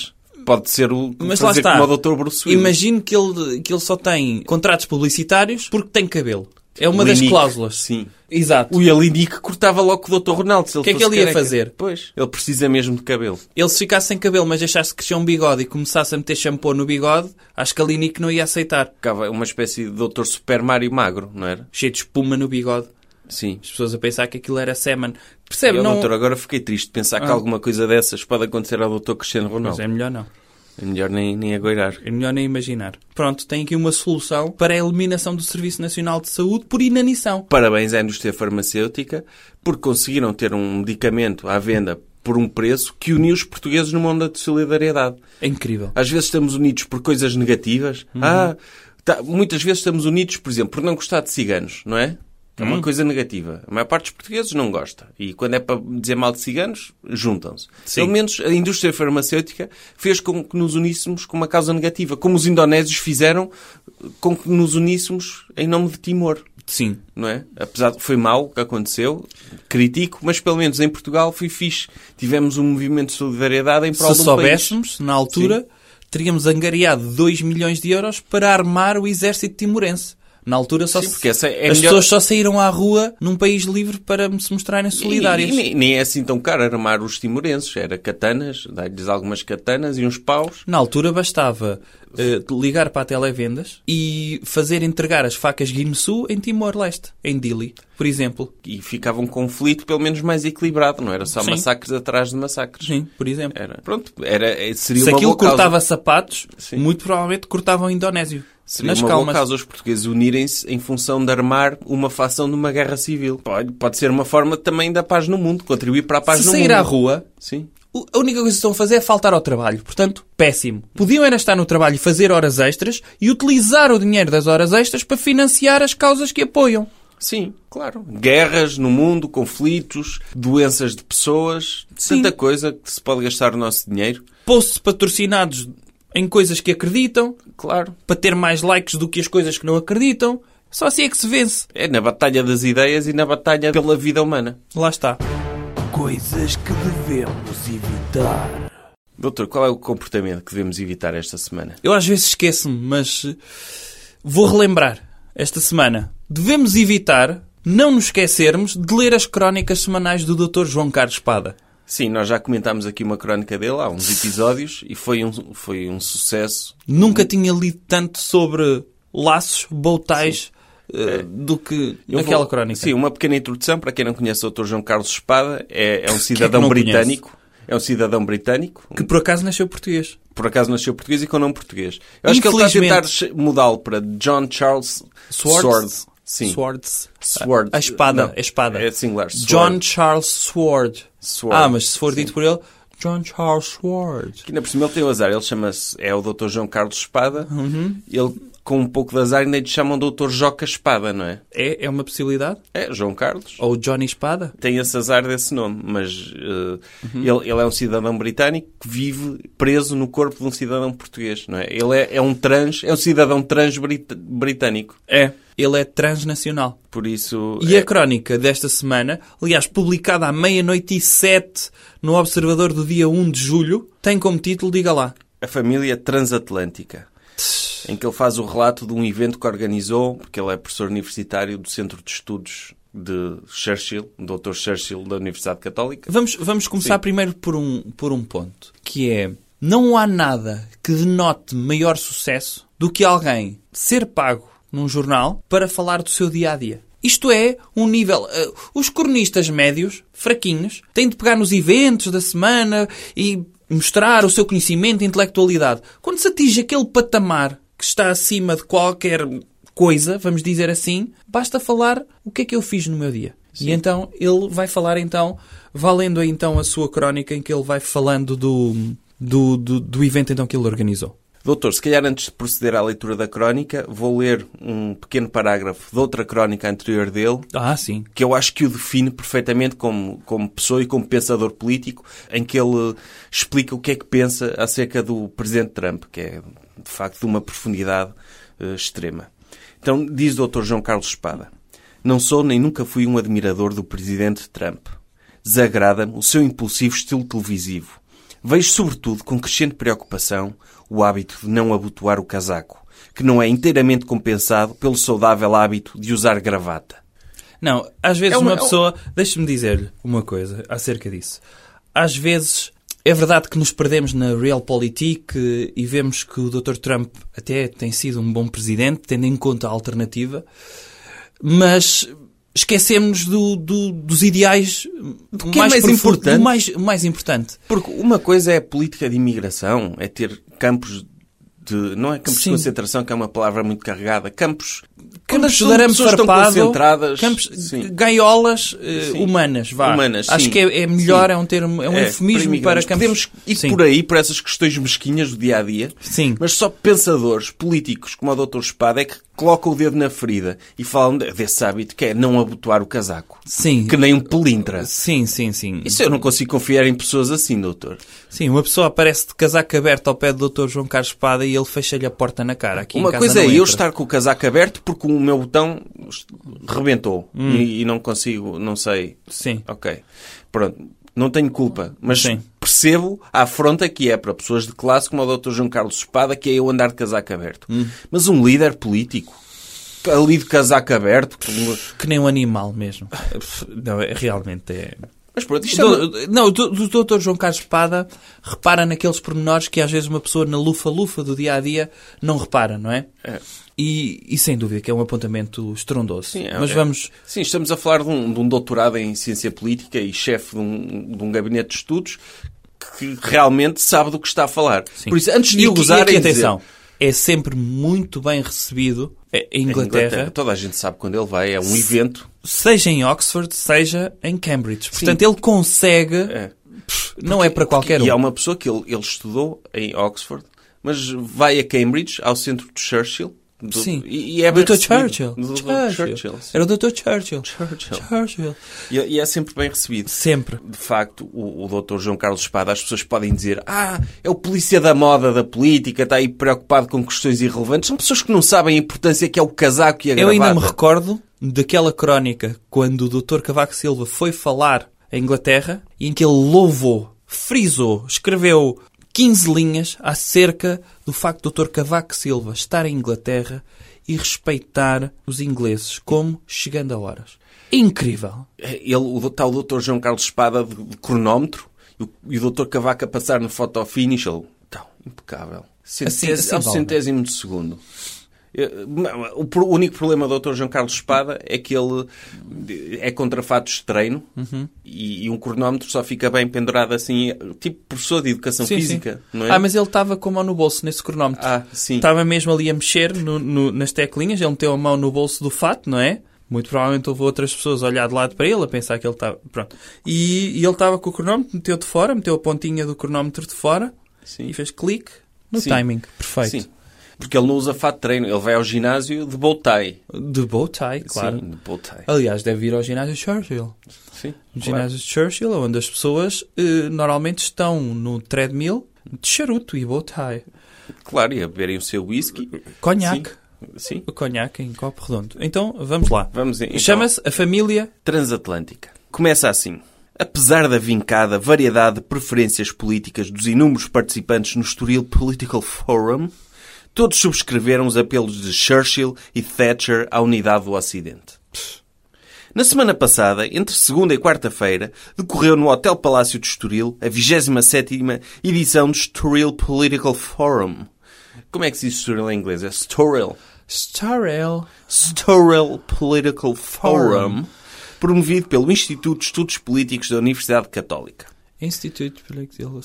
S2: Pode ser o
S3: Mas lá
S2: fazer
S3: está.
S2: como o Dr. Bruce Willis.
S3: Imagino que ele, que ele só tem contratos publicitários porque tem cabelo. É uma das
S2: Linique.
S3: cláusulas.
S2: Sim.
S3: Exato.
S2: O Elinic cortava logo com o Dr. Ronaldo. se
S3: O que é que
S2: fosse
S3: ele ia
S2: careca.
S3: fazer?
S2: Pois. Ele precisa mesmo de cabelo.
S3: Ele se ficasse sem cabelo, mas deixasse crescer um bigode e começasse a meter shampoo no bigode, acho que a Linique não ia aceitar.
S2: Ficava uma espécie de Dr. Super Mario magro, não era?
S3: Cheio de espuma no bigode.
S2: Sim.
S3: As pessoas a pensar que aquilo era semen.
S2: E
S3: Percebe?
S2: eu,
S3: Não...
S2: doutor, agora fiquei triste de pensar que
S3: Ah.
S2: alguma coisa dessas pode acontecer ao Dr. Cristiano
S3: Mas
S2: Ronaldo.
S3: é melhor não.
S2: É melhor nem, nem agoirar.
S3: É melhor nem imaginar. Pronto, tem aqui uma solução para a eliminação do Serviço Nacional de Saúde por inanição.
S2: Parabéns à indústria farmacêutica porque conseguiram ter um medicamento à venda por um preço que uniu os portugueses numa onda de solidariedade.
S3: É incrível.
S2: Às vezes estamos unidos por coisas negativas.
S3: Uhum.
S2: Ah, tá- muitas vezes estamos unidos, por exemplo, por não gostar de ciganos, não é? É
S3: Uhum.
S2: uma coisa negativa. A maior parte dos portugueses não gosta. E quando é para dizer mal de ciganos, juntam-se. Pelo menos a indústria farmacêutica fez com que nos uníssemos com uma causa negativa, como os indonésios fizeram com que nos uníssemos em nome de Timor
S3: Sim.
S2: não é? Apesar de que foi mau o que aconteceu, critico, mas pelo menos em Portugal foi fixe. Tivemos um movimento de solidariedade em prol
S3: Se
S2: de um país.
S3: soubéssemos, na altura, teríamos angariado 2 milhões de euros para armar o exército timorense. Na altura só
S2: Sim,
S3: se-
S2: porque essa é a
S3: as
S2: melhor-
S3: pessoas só saíram à rua num país livre para se mostrarem solidárias.
S2: E, e nem, nem é assim tão caro armar os timorenses. Era catanas, dar-lhes algumas catanas e uns paus.
S3: Na altura bastava eh, ligar para a televendas e fazer entregar as facas Guinness em Timor-Leste, em Dili, por exemplo.
S2: E ficava um conflito pelo menos mais equilibrado, não era só
S3: Sim.
S2: massacres atrás de massacres.
S3: Sim, por exemplo.
S2: Era. Pronto, era, é- seria
S3: Se
S2: uma
S3: aquilo
S2: boa causa.
S3: cortava sapatos,
S2: Sim.
S3: muito provavelmente cortavam o indonésio.
S2: Seria
S3: nas
S2: uma boa
S3: calmas.
S2: causa os portugueses unirem-se em função de armar uma facção numa guerra civil. Pode, pode ser uma forma também da paz no mundo, contribuir para a paz
S3: Se
S2: no
S3: sair
S2: mundo.
S3: à rua,
S2: Sim.
S3: O- A única coisa que estão a fazer é faltar ao trabalho. Portanto, péssimo. Podiam era estar no trabalho e fazer horas extras e utilizar o dinheiro das horas extras para financiar as causas que apoiam.
S2: Sim, claro. Guerras no mundo, conflitos, doenças de pessoas, tanta coisa que se pode gastar o nosso dinheiro.
S3: Posts patrocinados em coisas que acreditam,
S2: Claro.
S3: para ter mais likes do que as coisas que não acreditam. Só assim é que se vence.
S2: É na batalha das ideias e na batalha pela vida humana.
S3: Lá está.
S1: Coisas que devemos evitar.
S2: Doutor, qual é o comportamento que devemos evitar esta semana?
S3: Eu às vezes esqueço-me, mas eh, vou relembrar esta semana. Devemos evitar não nos esquecermos de ler as crónicas semanais do Dr. João Carlos Espada.
S2: Sim, nós já comentámos aqui uma crónica dele há uns episódios e foi um, foi um sucesso.
S3: Nunca tinha lido tanto sobre laços, boutais, eh, do que
S2: É. Eu
S3: naquela
S2: vou-
S3: crónica.
S2: Sim, uma pequena introdução para quem não conhece o Dr. João Carlos Espada. É, é um cidadão
S3: não
S2: britânico. É um cidadão britânico,
S3: Que por acaso nasceu português.
S2: por acaso nasceu português e com nome português. Eu acho que ele está a
S3: Infelizmente.
S2: tentar che- mudá-lo para John Charles
S3: Swords?
S2: Sword. Sim.
S3: Swords.
S2: Sword.
S3: A espada,
S2: Não,
S3: a espada.
S2: É singular. Sword.
S3: John Charles Sword.
S2: Sword.
S3: Ah, mas se for dito por ele, John Charles Sword.
S2: Que ainda por cima ele tem o azar. Ele chama-se... É o Dr. João Carlos Espada. Ele, com um pouco de azar, ainda lhe chamam Dr. Joca Espada, não é?
S3: É, é uma possibilidade?
S2: É, João Carlos.
S3: Ou Johnny Espada?
S2: tem esse azar desse nome, mas eh, ele, ele é um cidadão britânico que vive preso no corpo de um cidadão português, não é? Ele é, é um trans, é um cidadão trans brit- britânico.
S3: É. Ele é transnacional.
S2: Por isso.
S3: E
S2: é-
S3: a crónica desta semana, aliás, publicada à meia-noite e sete no Observador do dia 1 de julho, tem como título, diga lá,
S2: a família transatlântica, em que ele faz o relato de um evento que organizou, porque ele é professor universitário do Centro de Estudos de Churchill, Dr. Churchill da Universidade Católica.
S3: Vamos, vamos começar primeiro por um, por um ponto, que é não há nada que denote maior sucesso do que alguém ser pago num jornal para falar do seu dia a dia. Isto é um nível. eh, os cronistas médios, fraquinhos, têm de pegar nos eventos da semana e mostrar o seu conhecimento e intelectualidade. Quando se atinge aquele patamar que está acima de qualquer coisa, vamos dizer assim, basta falar o que é que eu fiz no meu dia. E então ele vai falar então, valendo então a sua crónica em que ele vai falando do, do, do, do evento então que ele organizou.
S2: Doutor, se calhar antes de proceder à leitura da crónica, vou ler um pequeno parágrafo de outra crónica anterior dele,
S3: Ah, sim.
S2: que eu acho que o define perfeitamente como, como pessoa e como pensador político, em que ele explica o que é que pensa acerca do presidente Trump, que é, de facto, de uma profundidade eh, extrema. Então, diz o Dr. João Carlos Espada: Não sou nem nunca fui um admirador do presidente Trump. Desagrada-me o seu impulsivo estilo televisivo. Vejo, sobretudo, com crescente preocupação o hábito de não abotoar o casaco, que não é inteiramente compensado pelo saudável hábito de usar gravata.
S3: Não, às vezes
S2: É uma-
S3: uma,
S2: é um-
S3: pessoa. Deixa-me dizer-lhe uma coisa acerca disso. Às vezes. É verdade que nos perdemos na realpolitik eh, e vemos que o Dr. Trump até tem sido um bom presidente, tendo em conta a alternativa, mas esquecemos do, do- dos ideais
S2: que é mais
S3: profundo-
S2: importante?
S3: do mais, mais importante.
S2: Porque uma coisa é a política de imigração, é ter campos de. Não é campos
S3: Sim.
S2: de concentração, que é uma palavra muito carregada. Campos. onde
S3: Campos
S2: as
S3: de arame
S2: pessoas estão
S3: farpado,
S2: concentradas.
S3: campos,
S2: Sim.
S3: gaiolas eh,
S2: Sim.
S3: humanas, vá.
S2: Humanas,
S3: Acho
S2: sim.
S3: que é, é melhor,
S2: Sim.
S3: é um termo, é um
S2: É,
S3: eufemismo para
S2: imigrantes.
S3: campos.
S2: Podemos ir
S3: Sim.
S2: por aí, por essas questões mesquinhas do dia a dia.
S3: Sim.
S2: Mas só pensadores políticos como o Dr. Espada é que colocam o dedo na ferida e falam de- desse hábito que é não abotoar o casaco.
S3: Sim.
S2: Que nem um pelintra.
S3: Sim, sim, sim.
S2: Isso eu não consigo confiar em pessoas assim, doutor.
S3: Sim, uma pessoa aparece de casaco aberto ao pé do Dr. João Carlos Espada e ele fecha-lhe a porta na cara. Aqui em
S2: Uma
S3: casa
S2: coisa é
S3: não
S2: eu
S3: entra.
S2: estar com o casaco aberto porque o meu botão est- rebentou e, e não consigo, não sei.
S3: Hum. Sim.
S2: Ok. Pronto. Não tenho culpa, mas
S3: Sim.
S2: percebo a afronta que é para pessoas de classe como o Dr. João Carlos Espada, que é eu andar de casaco aberto.
S3: Hum.
S2: Mas um líder político, ali de casaco aberto. como-
S3: Que nem um animal mesmo. Pff, não, é- realmente é...
S2: Mas pronto, isto é uma-
S3: Do, não, do, do Dr. João Carlos Espada repara naqueles pormenores que às vezes uma pessoa na lufa-lufa do dia-a-dia não repara, não é?
S2: É.
S3: E, e sem dúvida que é um apontamento estrondoso.
S2: Sim, é-
S3: Mas
S2: é-
S3: vamos...
S2: Sim, estamos a falar de um, de um doutorado em ciência política e chefe de um, de um gabinete de estudos que realmente sabe do que está a falar.
S3: Sim.
S2: Por isso, antes de
S3: E
S2: o
S3: que-
S2: usar,
S3: e aqui,
S2: é dizer-
S3: atenção, é sempre muito bem recebido
S2: É,
S3: eh, em Inglaterra
S2: Toda a gente sabe quando ele vai, é um evento.
S3: seja em Oxford, seja em Cambridge. Portanto, ele consegue. Pff, não é para qualquer um.
S2: E há uma pessoa que ele, ele estudou em Oxford, mas vai a Cambridge, ao centro de Churchill. do-
S3: Sim.
S2: E, e é bem
S3: Dr.
S2: recebido.
S3: Churchill.
S2: Do- do
S3: Churchill.
S2: Churchill, sim.
S3: Era o Dr. Churchill.
S2: Churchill.
S3: Churchill.
S2: E, e é sempre bem recebido.
S3: Sempre.
S2: De facto, o, o Dr. João Carlos Espada, as pessoas podem dizer ah, é o polícia da moda, da política, está aí preocupado com questões irrelevantes. São pessoas que não sabem a importância que é o casaco e a
S3: Eu
S2: gravata.
S3: ainda me recordo daquela crónica quando o Dr. Cavaco Silva foi falar à Inglaterra e em que ele louvou, frisou, escreveu 15 linhas acerca do facto do Dr. Cavaco Silva estar em Inglaterra e respeitar os ingleses, como chegando a horas. Incrível.
S2: Ele, o, está o Dr. João Carlos Espada de, de cronómetro e o, e o Dr. Cavaco a passar no photo finish. Ele, então, impecável.
S3: Assim-
S2: Centésimo,
S3: assim
S2: ao
S3: vale,
S2: centésimo de segundo. Eh, O pro- o único problema do Dr. João Carlos Espada é que ele é contra fatos de treino
S3: Uhum.
S2: e, e um cronómetro só fica bem pendurado assim, tipo professor de educação
S3: Sim, sim.
S2: física, não é?
S3: Ah, mas tá ele estava com a mão no bolso nesse cronómetro.
S2: Ah, sim.
S3: Estava mesmo ali a mexer no- no- nas teclinhas, ele meteu a mão no bolso do fato, não é? Muito provavelmente houve outras pessoas a olhar de lado para ele, a pensar que ele estava. Pronto. E, e ele estava com o cronómetro, meteu de fora, meteu a pontinha do cronómetro de fora
S2: Sim.
S3: e fez clique no
S2: Sim.
S3: timing. Perfeito.
S2: Sim. Porque ele não usa fato de treino, ele vai ao ginásio de bow tie.
S3: De bow tie, claro.
S2: Sim, de bow tie.
S3: Aliás, deve ir ao ginásio Churchill.
S2: Sim,
S3: O
S2: claro.
S3: ginásio de Churchill é onde as pessoas eh, normalmente estão no treadmill de charuto e bow tie.
S2: Claro, e a beberem o seu whisky.
S3: Conhaque.
S2: Sim. Sim.
S3: O conhaque em copo redondo. Então, vamos lá.
S2: Vamos em- então.
S3: Chama-se a família
S2: Transatlântica. Começa assim. Apesar da vincada variedade de preferências políticas dos inúmeros participantes no Estoril Political Forum, todos subscreveram os apelos de Churchill e Thatcher à unidade do Ocidente. Na semana passada, entre segunda e quarta-feira, decorreu no Hotel Palácio de Estoril a 27ª edição do Estoril Political Forum. Como é que se diz Estoril em inglês? É Estoril.
S3: Starel.
S2: Sturrell Political Forum, promovido pelo Instituto de Estudos Políticos da Universidade Católica.
S3: Institute Political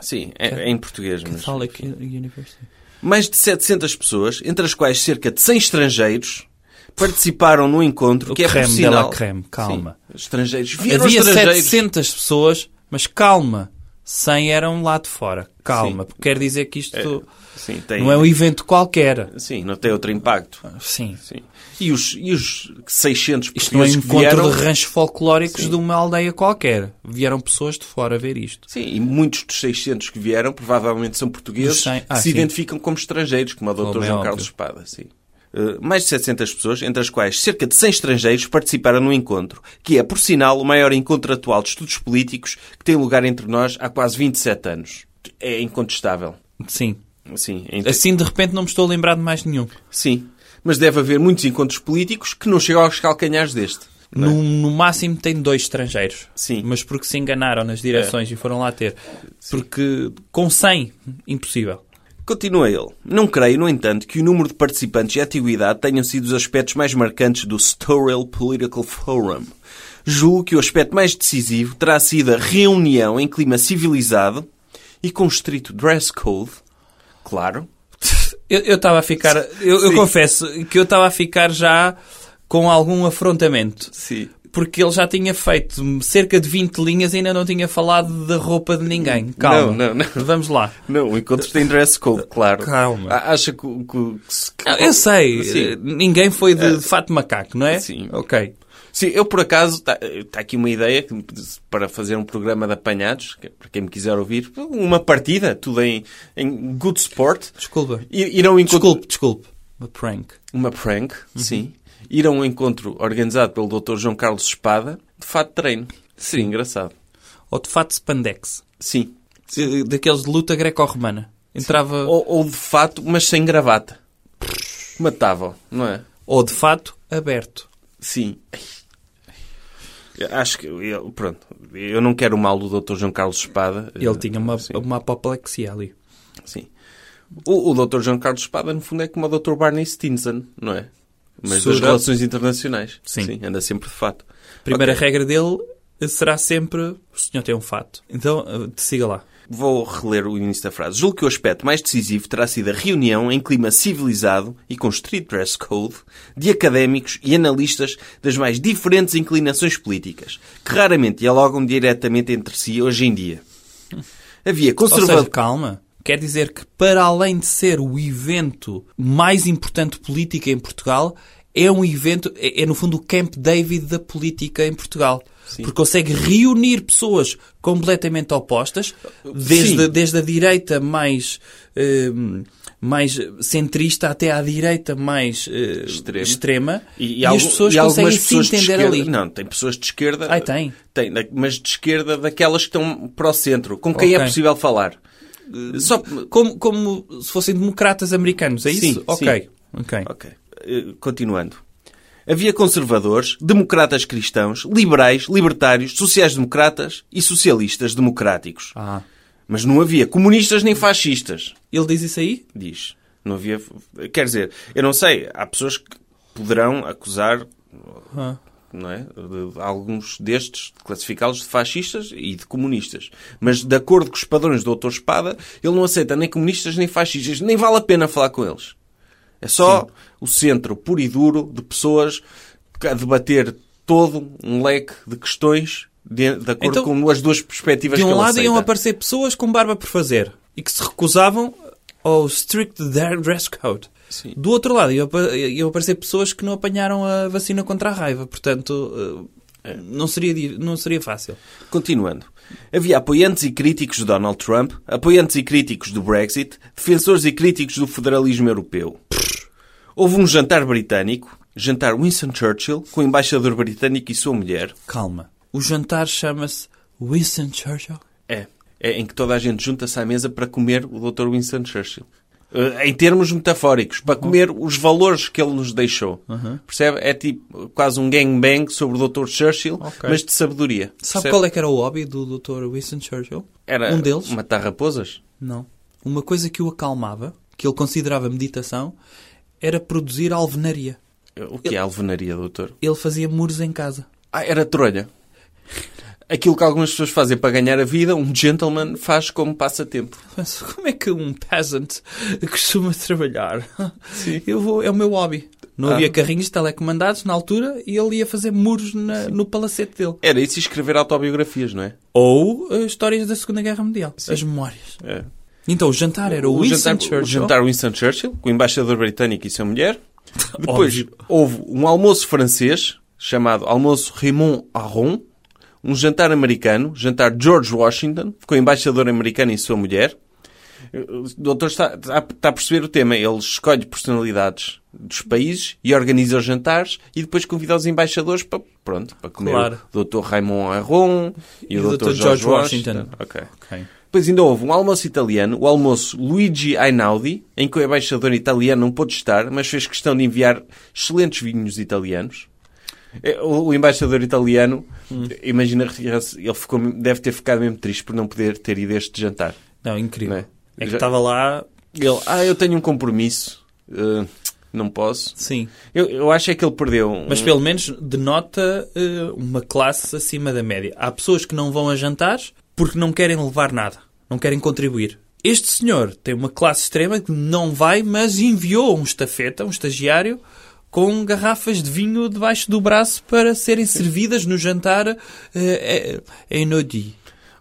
S2: Sim, é, é em português, mas...
S3: Catholic University.
S2: Mais de 700 pessoas, entre as quais cerca de 100 estrangeiros, participaram no encontro
S3: O
S2: que é
S3: creme
S2: por sinal...
S3: de la creme, calma.
S2: Sim, estrangeiros. Vieram
S3: Havia
S2: estrangeiros.
S3: 700 pessoas, mas calma. 100 eram lá de fora. Calma,
S2: Sim.
S3: porque quer dizer que isto
S2: Sim, tem...
S3: não é um Ah. evento qualquer.
S2: Sim, não tem outro impacto.
S3: Sim.
S2: Sim. E os, e os 600
S3: Isto não é um
S2: portugueses que
S3: encontro
S2: vieram...
S3: de ranchos folclóricos de uma aldeia qualquer. Vieram pessoas de fora ver isto.
S2: Sim, e muitos dos 600 que vieram provavelmente são portugueses
S3: Dos cem- ah,
S2: que se
S3: sim.
S2: identificam como estrangeiros, como o Dr.
S3: Como é
S2: João
S3: óbvio.
S2: Carlos Espada. Sim. Eh, mais de 700 pessoas, entre as quais cerca de 100 estrangeiros, participaram no encontro, que é, por sinal, o maior encontro atual de estudos políticos que tem lugar entre nós há quase 27 anos. É incontestável.
S3: Sim.
S2: Sim, é inte-
S3: Assim, de repente, não me estou a lembrar de mais nenhum.
S2: sim. Mas deve haver muitos encontros políticos que não chegam aos calcanhares deste. não é?
S3: No, no máximo tem dois estrangeiros.
S2: Sim. É.
S3: Mas porque se enganaram nas direções e foram lá ter. Porque com 100, impossível.
S2: Continua ele. Não creio, no entanto, que o número de participantes e a atividade tenham sido os aspectos mais marcantes do Sturrell Political Forum. Julgo que o aspecto mais decisivo terá sido a reunião em clima civilizado e com um estrito dress code, claro,
S3: Eu eu estava a ficar... Eu, eu
S2: Sim.
S3: confesso que eu estava a ficar já com algum afrontamento.
S2: Sim.
S3: Porque ele já tinha feito cerca de 20 linhas e ainda não tinha falado da roupa de ninguém.
S2: Não,
S3: Calma.
S2: não, não.
S3: Vamos lá.
S2: Não, o encontro tem dress code, claro.
S3: Calma.
S2: A- Acha que... o- que o- que se-
S3: Não, Eu sei,
S2: Sim.
S3: eh, ninguém foi de, de fato macaco, não é?
S2: Sim.
S3: Ok.
S2: Sim, eu por acaso, está aqui uma ideia que- para fazer um programa de apanhados, que- é para quem me quiser ouvir, uma partida, tudo em, em good sport.
S3: Desculpa.
S2: Ir, ir a um encontro...
S3: Desculpe, Uhum. desculpe. Uma prank.
S2: Uma prank, sim. Ir a um encontro organizado pelo Dr. João Carlos Espada, de fato treino. Seria engraçado.
S3: Ou de fato spandex.
S2: Sim.
S3: Eh, Daqueles de luta greco-romana. Entrava...
S2: Ou, ou de fato, mas sem gravata. Matava, não é?
S3: ou de fato aberto.
S2: Sim. Eu Acho que, eu, pronto, eu não quero o mal do Dr. João Carlos Espada.
S3: Ele tinha uma,
S2: Eh, Sim.
S3: uma apoplexia ali.
S2: Sim. O, o Dr. João Carlos Espada, no fundo, é como o Dr. Barney Stinson, não é? Mas das
S3: Sura.
S2: relações internacionais.
S3: Sim.
S2: Anda sempre de fato.
S3: Primeira
S2: Ok.
S3: regra dele eh, será sempre: o senhor tem um fato. Então, eh, siga lá.
S2: Vou reler o início da frase. Julgo que o aspecto mais decisivo terá sido a reunião em clima civilizado e com street dress code de académicos e analistas das mais diferentes inclinações políticas, que raramente dialogam diretamente entre si hoje em dia. Havia
S3: Ou seja,
S2: conservadores.
S3: calma. Quer dizer que, para além de ser o evento mais importante política em Portugal, é um evento, é, é, no fundo o Camp David da política em Portugal. Porque consegue reunir pessoas completamente opostas, desde,
S2: Sim.
S3: desde a direita mais, eh, mais centrista até à direita mais eh,
S2: Extrema.
S3: extrema. E,
S2: algu-
S3: as pessoas
S2: e algumas
S3: conseguem se
S2: pessoas de
S3: entender
S2: esquerda-
S3: ali.
S2: Não, tem pessoas de esquerda.
S3: Ai, tem.
S2: Tem, da- mas de esquerda daquelas que estão para o centro, com quem é
S3: Ok.
S2: possível falar. Só,
S3: Como, como se fossem democratas americanos, é isso?
S2: Sim,
S3: ok. ok.
S2: Ok. eh, continuando. Havia conservadores, democratas cristãos, liberais, libertários, sociais-democratas e socialistas democráticos.
S3: Ah.
S2: Mas não havia comunistas nem fascistas,
S3: Ele diz isso aí?
S2: diz. Não havia. Quer dizer, eu não sei, há pessoas que poderão acusar
S3: Ah.
S2: não é? De- Alguns destes, de classificá-los de fascistas e de comunistas. Mas, de acordo com os padrões do Dr. Espada, ele não aceita nem comunistas nem fascistas, nem vale a pena falar com eles. É só o centro puro e duro de pessoas a debater todo um leque de questões de, de acordo
S3: Então,
S2: com as duas perspectivas
S3: De
S2: que
S3: um
S2: ele
S3: lado
S2: aceita.
S3: iam aparecer pessoas com barba por fazer e que se recusavam ao strict dre- dress code.
S2: Sim.
S3: Do outro lado iam apa- iam aparecer pessoas que não apanharam a vacina contra a raiva. Portanto, eh,
S2: É.
S3: não seria, di- não seria fácil.
S2: Continuando. Havia apoiantes e críticos de Donald Trump, apoiantes e críticos do Brexit, defensores e críticos do federalismo europeu. Houve um jantar britânico, jantar Winston Churchill, com o embaixador britânico e sua mulher.
S3: Calma. O jantar chama-se Winston Churchill.
S2: É. É em que toda a gente junta-se à mesa para comer o Dr. Winston Churchill. Eh, Em termos metafóricos, para comer os valores que ele nos deixou. Percebe? É tipo quase um gangbang sobre o Dr. Churchill,
S3: Ok.
S2: mas de sabedoria.
S3: Sabe
S2: Percebe?
S3: qual é que era o hobby do Dr. Winston Churchill?
S2: Era
S3: um deles?
S2: Matar raposas?
S3: Não. Uma coisa que o acalmava, que ele considerava meditação, era produzir alvenaria.
S2: O que é alvenaria, doutor?
S3: Ele fazia muros em casa.
S2: Ah, era trolha. Aquilo que algumas pessoas fazem para ganhar a vida, um gentleman faz como passatempo.
S3: Mas como é que um peasant costuma trabalhar? Eu vou, é o meu hobby. Não
S2: Ah.
S3: havia carrinhos telecomandados na altura e ele ia fazer muros na- no palacete dele.
S2: Era isso e escrever autobiografias, não é?
S3: Ou eh, histórias da Segunda Guerra Mundial. As memórias.
S2: É.
S3: Então o jantar era o, Winston
S2: jantar,
S3: Churchill.
S2: o jantar Winston Churchill, com o embaixador britânico e sua mulher. Depois
S3: Óbvio.
S2: houve um almoço francês, chamado Almoço Raymond Aron. Um jantar americano, jantar George Washington, com o embaixador americano e sua mulher. O doutor está, está está a perceber o tema. Ele escolhe personalidades dos países e organiza os jantares e depois convida os embaixadores para, pronto, para comer
S3: Claro.
S2: o doutor Raymond Aron e, o doutor George Washington. Ok.
S3: Ok.
S2: Depois ainda houve um almoço italiano, o almoço Luigi Einaudi, em que o embaixador italiano não pôde estar, mas fez questão de enviar excelentes vinhos italianos. É, O o embaixador italiano, imagina, ele ficou, deve ter ficado mesmo triste por não poder ter ido a este jantar.
S3: Não, incrível.
S2: Não é?
S3: É que
S2: Já-
S3: estava lá...
S2: Ele, ah, eu tenho um compromisso, eh, não posso.
S3: Sim.
S2: Eu, eu acho é que ele perdeu. um-
S3: Mas pelo menos denota eh, uma classe acima da média. Há pessoas que não vão a jantares porque não querem levar nada, não querem contribuir. Este senhor tem uma classe extrema que não vai, mas enviou um estafeta, um estagiário, com garrafas de vinho debaixo do braço para serem servidas no jantar eh, eh, em Nodi.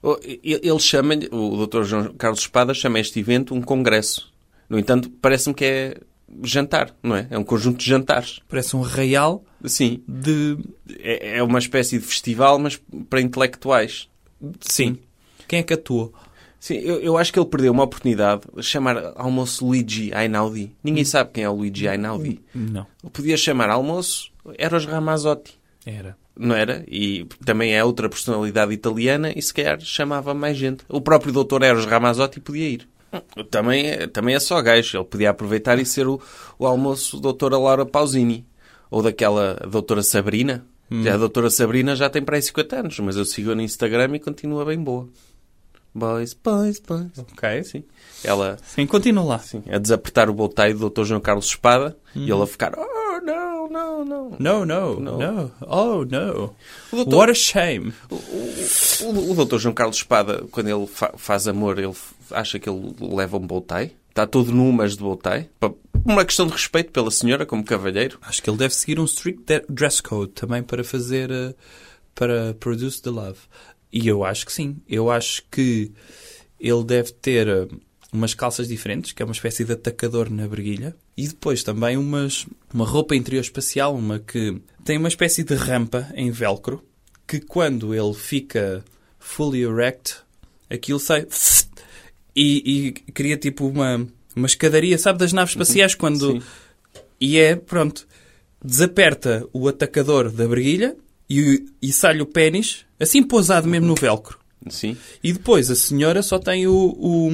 S2: Oh, e- Ele chama o Dr. João Carlos Espada chama este evento um congresso. No entanto, parece-me que é jantar, não é? É um conjunto de jantares.
S3: Parece um real
S2: Sim.
S3: de.
S2: É é uma espécie de festival, mas para intelectuais.
S3: Sim. Quem é que atuou?
S2: Sim, eu, eu acho que ele perdeu uma oportunidade de chamar almoço Luigi Einaudi. Ninguém sabe quem é o Luigi Einaudi.
S3: Não.
S2: Podia chamar almoço Eros Ramazzotti,
S3: Era.
S2: não era? E também é outra personalidade italiana e se calhar chamava mais gente. O próprio Dr. Eros Ramazzotti podia ir. Também é, também é só gajo. Ele podia aproveitar e ser o, o almoço doutora Laura Pausini. Ou daquela doutora Sabrina. Já a doutora Sabrina já tem para aí 50 anos, mas eu sigo no Instagram e continua bem boa. Boys, boys, boys.
S3: Ok. Sim.
S2: Sim. Ela
S3: Sim, continua lá.
S2: sim, a desapertar o bolteio do Dr. João Carlos Espada e ele a ficar... Oh, não, não, não.
S3: No, no,
S2: No.
S3: no, Oh, no.
S2: O doutor-
S3: What a shame.
S2: O, o, o Dr. João Carlos Espada, quando ele fa- faz amor, ele f- acha que ele leva um boltai? Está todo nu, mas de boltai? Pa- Uma questão de respeito pela senhora, como cavalheiro.
S3: Acho que ele deve seguir um strict de- dress code também para fazer. eh, para produce the love. E eu acho que sim. Eu acho que ele deve ter eh, umas calças diferentes, que é uma espécie de atacador na briguilha. E depois também umas, uma roupa interior espacial, uma que tem uma espécie de rampa em velcro, que quando ele fica fully erect, aquilo sai. E, e cria tipo uma, uma escadaria, sabe, das naves espaciais quando.
S2: Sim.
S3: E é, pronto, desaperta o atacador da briguilha e, e sai-lhe o Uhum. pénis, assim pousado mesmo no velcro.
S2: Sim.
S3: E depois a senhora só tem o, o,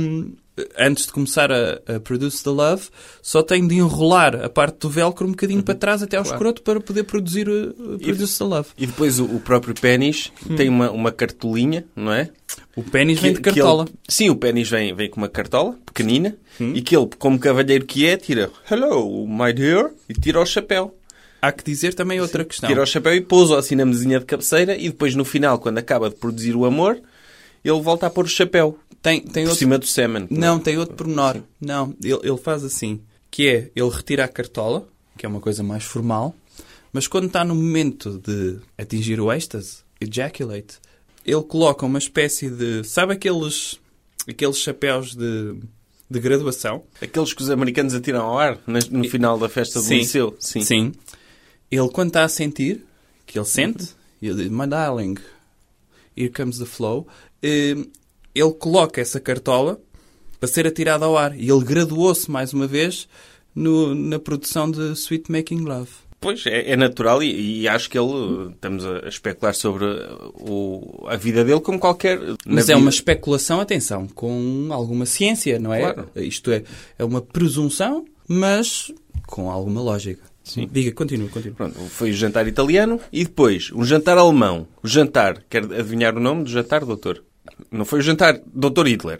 S3: antes de começar a, a Produce the Love, só tenho de enrolar a parte do velcro um bocadinho para trás até ao escroto para poder produzir uh, Produce the Love.
S2: E depois o, o próprio pênis tem uma, uma cartolinha, não é?
S3: O Hum. pênis vem de
S2: Que- que
S3: cartola. Hum.
S2: ele- sim, o pênis vem, vem com uma cartola pequenina e que ele, como cavalheiro que é, tira Hello, my dear, e tira o chapéu.
S3: Há que dizer também outra questão.
S2: Tira o chapéu e pousa assim na mesinha de cabeceira e depois no final, quando acaba de produzir o amor, ele volta a pôr o chapéu
S3: Tem, tem
S2: por
S3: outro...
S2: cima do semen. é?
S3: Não, tem outro pormenor. Não, ele, ele faz assim, que é, ele retira a cartola, que é uma coisa mais formal, mas quando está no momento de atingir o êxtase, ejaculate, ele coloca uma espécie de... Sabe aqueles, aqueles chapéus de, de graduação?
S2: Aqueles que os americanos atiram ao ar nas- no final da festa do
S3: Sim.
S2: liceu. Sim.
S3: Ele, quando está a sentir, que ele sente, ele diz, My darling, here comes the flow. eh, Ele coloca essa cartola para ser atirada ao ar. E ele graduou-se, mais uma vez, no- na produção de Sweet Making Love.
S2: Pois, é, é natural e, e acho que ele... Estamos a especular sobre o, a vida dele como qualquer...
S3: Mas
S2: na
S3: é
S2: vida-
S3: uma especulação, atenção, com alguma ciência, não é?
S2: Claro.
S3: Isto é, é uma presunção, mas com alguma lógica. Sim. Diga, continua, continua.
S2: Pronto, foi o jantar italiano e depois um jantar alemão. O jantar, quer adivinhar o nome do jantar, doutor? Não foi o jantar Doutor Hitler.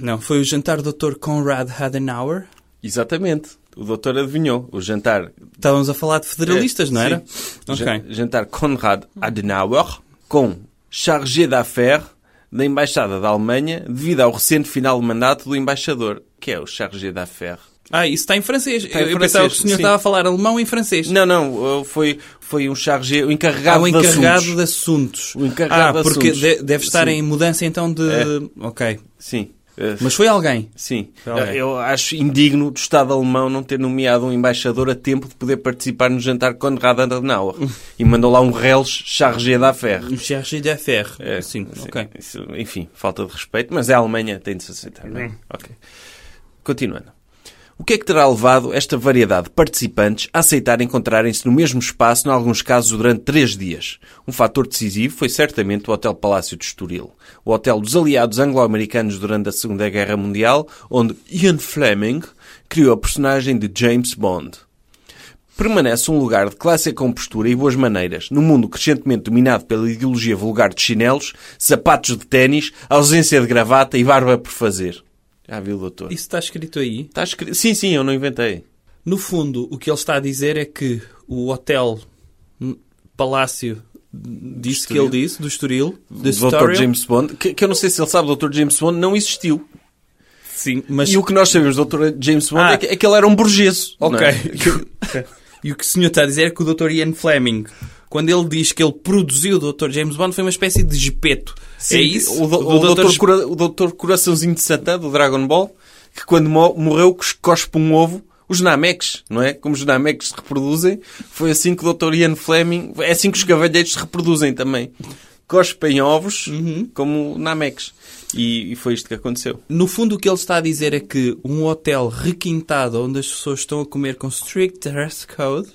S3: Não, foi o jantar do Dr. Conrad Adenauer.
S2: Exatamente. O doutor adivinhou. O jantar...
S3: Estávamos a falar de federalistas,
S2: É,
S3: não era?
S2: sim.
S3: Ok.
S2: Jan- Jantar Konrad Adenauer com chargé d'affaires da Embaixada da Alemanha devido ao recente final de mandato do embaixador, que é o chargé d'affaires.
S3: Ah, isso está em francês.
S2: em
S3: eu eu
S2: francês,
S3: pensava que o senhor
S2: sim.
S3: estava a falar alemão em francês.
S2: Não, não, foi, foi um chargé, o
S3: Ah,
S2: encarregado
S3: o
S2: de
S3: encarregado
S2: assuntos.
S3: de assuntos.
S2: O encarregado de
S3: ah, porque
S2: assuntos.
S3: de- deve estar
S2: Sim.
S3: em mudança então de...
S2: É.
S3: Ok.
S2: Sim. Eh,
S3: Mas foi alguém.
S2: Sim,
S3: Tá bem.
S2: eu acho indigno do Estado alemão não ter nomeado um embaixador a tempo de poder participar no jantar Konrad Adenauer. e mandou lá um Reles chargé d'affaires.
S3: Um chargé d'affaires. sim,
S2: É, Sim,
S3: ok.
S2: isso, enfim, falta de respeito, mas é a Alemanha, tem de se aceitar. não é? Ok. Continuando. O que é que terá levado esta variedade de participantes a aceitar encontrarem-se no mesmo espaço, em alguns casos durante três dias? Um fator decisivo foi certamente o Hotel Palácio de Estoril, o hotel dos aliados anglo-americanos durante a Segunda Guerra Mundial, onde Ian Fleming criou a personagem de James Bond permanece um lugar de classe e compostura e boas maneiras, num mundo crescentemente dominado pela ideologia vulgar de chinelos, sapatos de ténis, ausência de gravata e barba por fazer. Já viu, doutor?
S3: Isso está escrito aí.
S2: Está Tá escrito... Sim, sim, eu não inventei.
S3: No fundo, o que ele está a dizer é que o hotel hum, Palácio disse que ele
S2: Estoril.
S3: disse, do Estoril, do
S2: o Dr.
S3: Estoril.
S2: James Bond, que, que eu não sei se ele sabe, o Dr. James Bond não existiu.
S3: Sim, mas...
S2: E o que nós sabemos do Dr. James Bond
S3: Ah.
S2: é, que, é que ele era um burguês. não
S3: Ok.
S2: é?
S3: e o que o senhor está a dizer é que o Dr. Ian Fleming, quando ele diz que ele produziu o Dr. James Bond, foi uma espécie de espeto.
S2: Sim,
S3: é isso?
S2: O, do-
S3: Do
S2: o,
S3: Dr.
S2: Dr. Cora- o Dr. Coraçãozinho de Satã, do Dragon Ball, que quando mo- morreu cos- cospe um ovo. Os Namex, não é? Como os Namex se reproduzem, foi assim que o Dr. Ian Fleming... É assim que os cavalheiros se reproduzem também. Cospem ovos
S3: Uhum.
S2: como Namex. E, e foi isto que aconteceu.
S3: No fundo, o que ele está a dizer é que um hotel requintado onde as pessoas estão a comer com strict dress code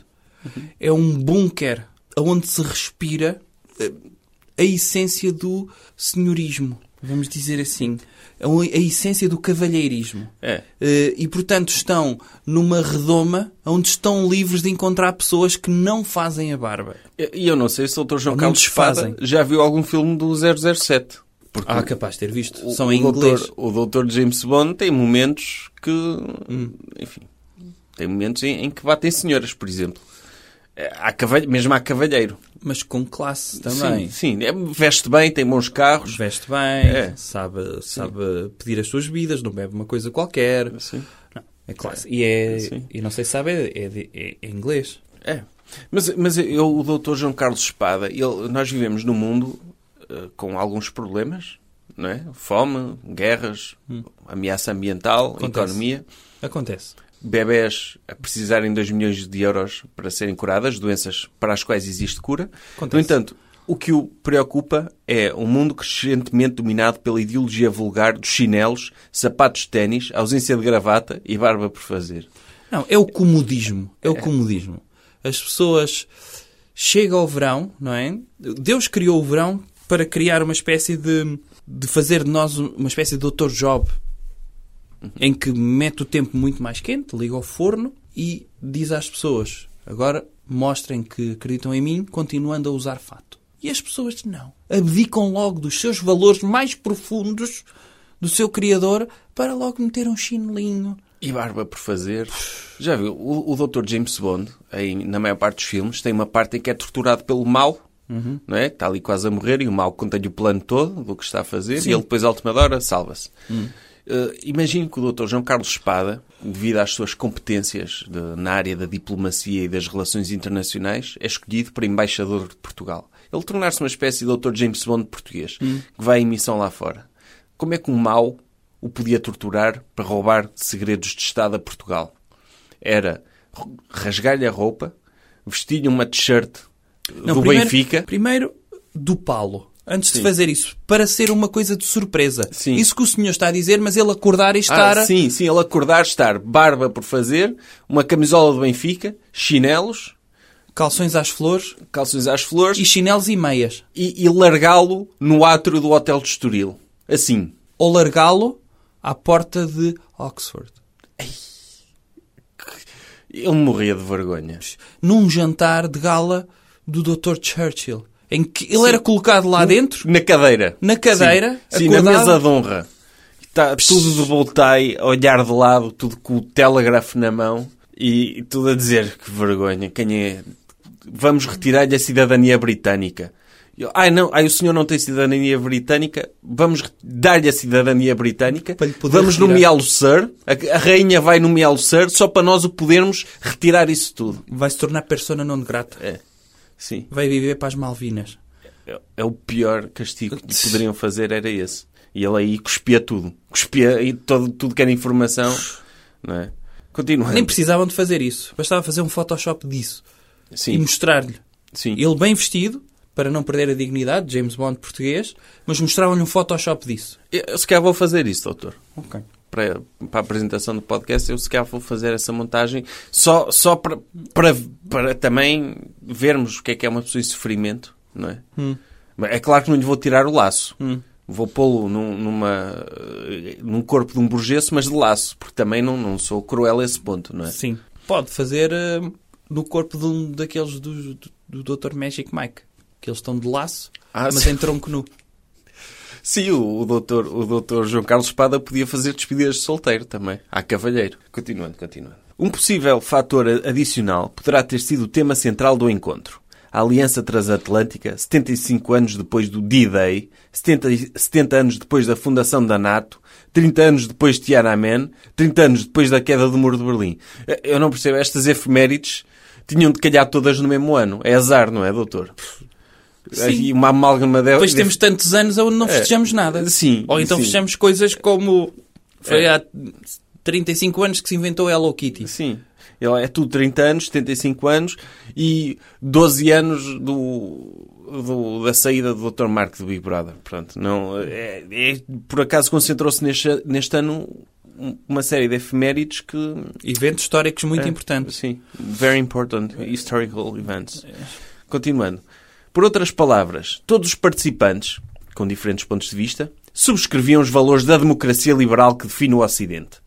S3: é um bunker onde se respira eh, a essência do senhorismo. Vamos dizer assim. A a essência do cavalheirismo.
S2: É.
S3: Eh, E, portanto, estão numa redoma onde estão livres de encontrar pessoas que não fazem a barba.
S2: E e eu não sei se o Dr. João
S3: Não
S2: Carlos
S3: desfazem.
S2: Espada já viu algum filme do 007. Porque
S3: Ah, capaz de ter visto.
S2: o,
S3: São em
S2: o
S3: inglês.
S2: Dr. o Dr. James Bond tem momentos que.
S3: Hum.
S2: Enfim. Tem momentos em, em que batem senhoras, por exemplo. Eh, Há cavalhe- mesmo há cavalheiro.
S3: Mas com classe também.
S2: Sim, sim. É, veste bem, tem bons carros.
S3: Veste bem,
S2: É.
S3: sabe, sabe pedir as suas vidas, não bebe uma coisa qualquer.
S2: Sim.
S3: Não, é classe. E, é,
S2: Sim.
S3: e não sei se sabe, é, de- é- é inglês.
S2: É. Mas, mas eu, o Dr. João Carlos Espada, ele- nós vivemos num mundo eh, com alguns problemas, não é? Fome, guerras, ameaça ambiental,
S3: Hum. Acontece.
S2: economia.
S3: Acontece.
S2: bebés a precisarem de 2 milhões de euros para serem curadas, doenças para as quais existe cura.
S3: Acontece.
S2: No entanto, o que o preocupa é um mundo crescentemente dominado pela ideologia vulgar dos chinelos, sapatos de ténis, ausência de gravata e barba por fazer.
S3: Não, é o comodismo. É o comodismo. As pessoas chega ao verão, não é? Deus criou o verão para criar uma espécie de de fazer de nós uma espécie de Dr. Job. em que mete o tempo muito mais quente, liga ao forno e diz às pessoas: agora mostrem que acreditam em mim, continuando a usar fato. E as pessoas não. Abdicam logo dos seus valores mais profundos do seu criador para logo meter um chinelinho.
S2: E barba por fazer. Já viu? O, o Dr. James Bond, em- na maior parte dos filmes, tem uma parte em que é torturado pelo mal. Não é? Está ali quase a morrer e o mal conta-lhe o plano todo do que está a fazer e ele depois, à última hora, salva-se. Eh, imagino que o Dr. João Carlos Espada, devido às suas competências de- na área da diplomacia e das relações internacionais, é escolhido para embaixador de Portugal. Ele tornar-se uma espécie de Dr. James Bond português, que vai em missão lá fora. Como é que um mau o podia torturar para roubar segredos de Estado a Portugal? Era ro- rasgar-lhe a roupa, vestir-lhe uma t-shirt
S3: Não,
S2: do
S3: primeiro-
S2: Benfica.
S3: Primeiro, do Paulo. Antes
S2: Sim.
S3: de fazer isso, para ser uma coisa de surpresa.
S2: Sim.
S3: Isso que o senhor está a dizer, mas ele acordar e estar.
S2: Ah, sim, sim, ele acordar, estar barba por fazer, uma camisola do Benfica, chinelos,
S3: calções às flores
S2: calções às flores
S3: e chinelos e meias.
S2: e, e largá-lo no átrio do Hotel de Estoril. Assim.
S3: Ou largá-lo à porta de Oxford.
S2: Ele morria de vergonha.
S3: Num jantar de gala do Dr. Churchill. Em que ele era colocado
S2: Hum.
S3: lá dentro.
S2: Na cadeira.
S3: Na cadeira,
S2: Sim, Sim, na
S3: acordado.
S2: mesa de honra. Está tudo de voltei, a olhar de lado, tudo com o telégrafo na mão e, e tudo a dizer que vergonha, quem é... Vamos retirar-lhe a cidadania britânica. E eu, ai não, ai o senhor não tem cidadania britânica, vamos re- dar-lhe a cidadania britânica,
S3: Para lhe poder
S2: vamos
S3: retirar.
S2: nomeá-lo Sir, a, a rainha vai nomeá-lo Sir, só para nós o podermos retirar isso tudo.
S3: Vai se tornar persona non grata.
S2: É, sim.
S3: Vai viver para as Malvinas.
S2: É- É o pior castigo que lhe poderiam fazer, era esse. E ele aí cuspia tudo. Cuspia aí todo, tudo que era informação. Não é? Continuando.
S3: Nem precisavam de fazer isso. Bastava fazer um Photoshop disso. E
S2: Sim,
S3: mostrar-lhe.
S2: sim.
S3: Ele bem vestido, para não perder a dignidade, James Bond português, mas mostravam-lhe um Photoshop disso.
S2: Eu, se calhar vou fazer isso, doutor. Para, para a apresentação do podcast, eu se calhar vou fazer essa montagem só, só para, para, para também vermos o que é que é uma pessoa em sofrimento, não é? Mas É claro que não lhe vou tirar o laço. Vou pô-lo num, numa, eh, num corpo de um burgueso, mas de laço, porque também não, não sou cruel a esse ponto, não é?
S3: Sim. Pode fazer hum, no corpo de um daqueles do, do, do Dr. Magic Mike, que eles estão de laço,
S2: Ah,
S3: mas
S2: sim.
S3: em tronco nu.
S2: Sim, o, o, doutor, o doutor João Carlos Espada podia fazer despedidas de solteiro também. Ah, cavalheiro. Continuando, continuando. Um possível fator a- adicional poderá ter sido o tema central do encontro. A Aliança Transatlântica, 75 anos depois do D-Day, 70, e- 70 anos depois da fundação da NATO, 30 anos depois de Tiananmen, 30 anos depois da queda do Muro de Berlim. Eh, Eu não percebo, estas efemérides tinham de calhar todas no mesmo ano. É azar, não é, doutor?
S3: Sim.
S2: E uma amálgama de,
S3: Depois
S2: de-
S3: temos tantos anos é onde não festejamos nada.
S2: É, Sim,
S3: Ou então
S2: sim. É.
S3: festejamos coisas como foi há 35 anos que se inventou a Hello Kitty.
S2: Sim. Ele é tudo 30 anos, 75 anos e 12 anos do, do- da saída do Dr. Mark do Big Brother. Pronto, não, é, é- por acaso concentrou-se neste, neste ano um- uma série de efemérides que...
S3: Eventos históricos muito
S2: é,
S3: importantes.
S2: Sim. Very important historical events. Continuando. Por outras palavras, todos os participantes, com diferentes pontos de vista, subscreviam os valores da democracia liberal que define o Ocidente.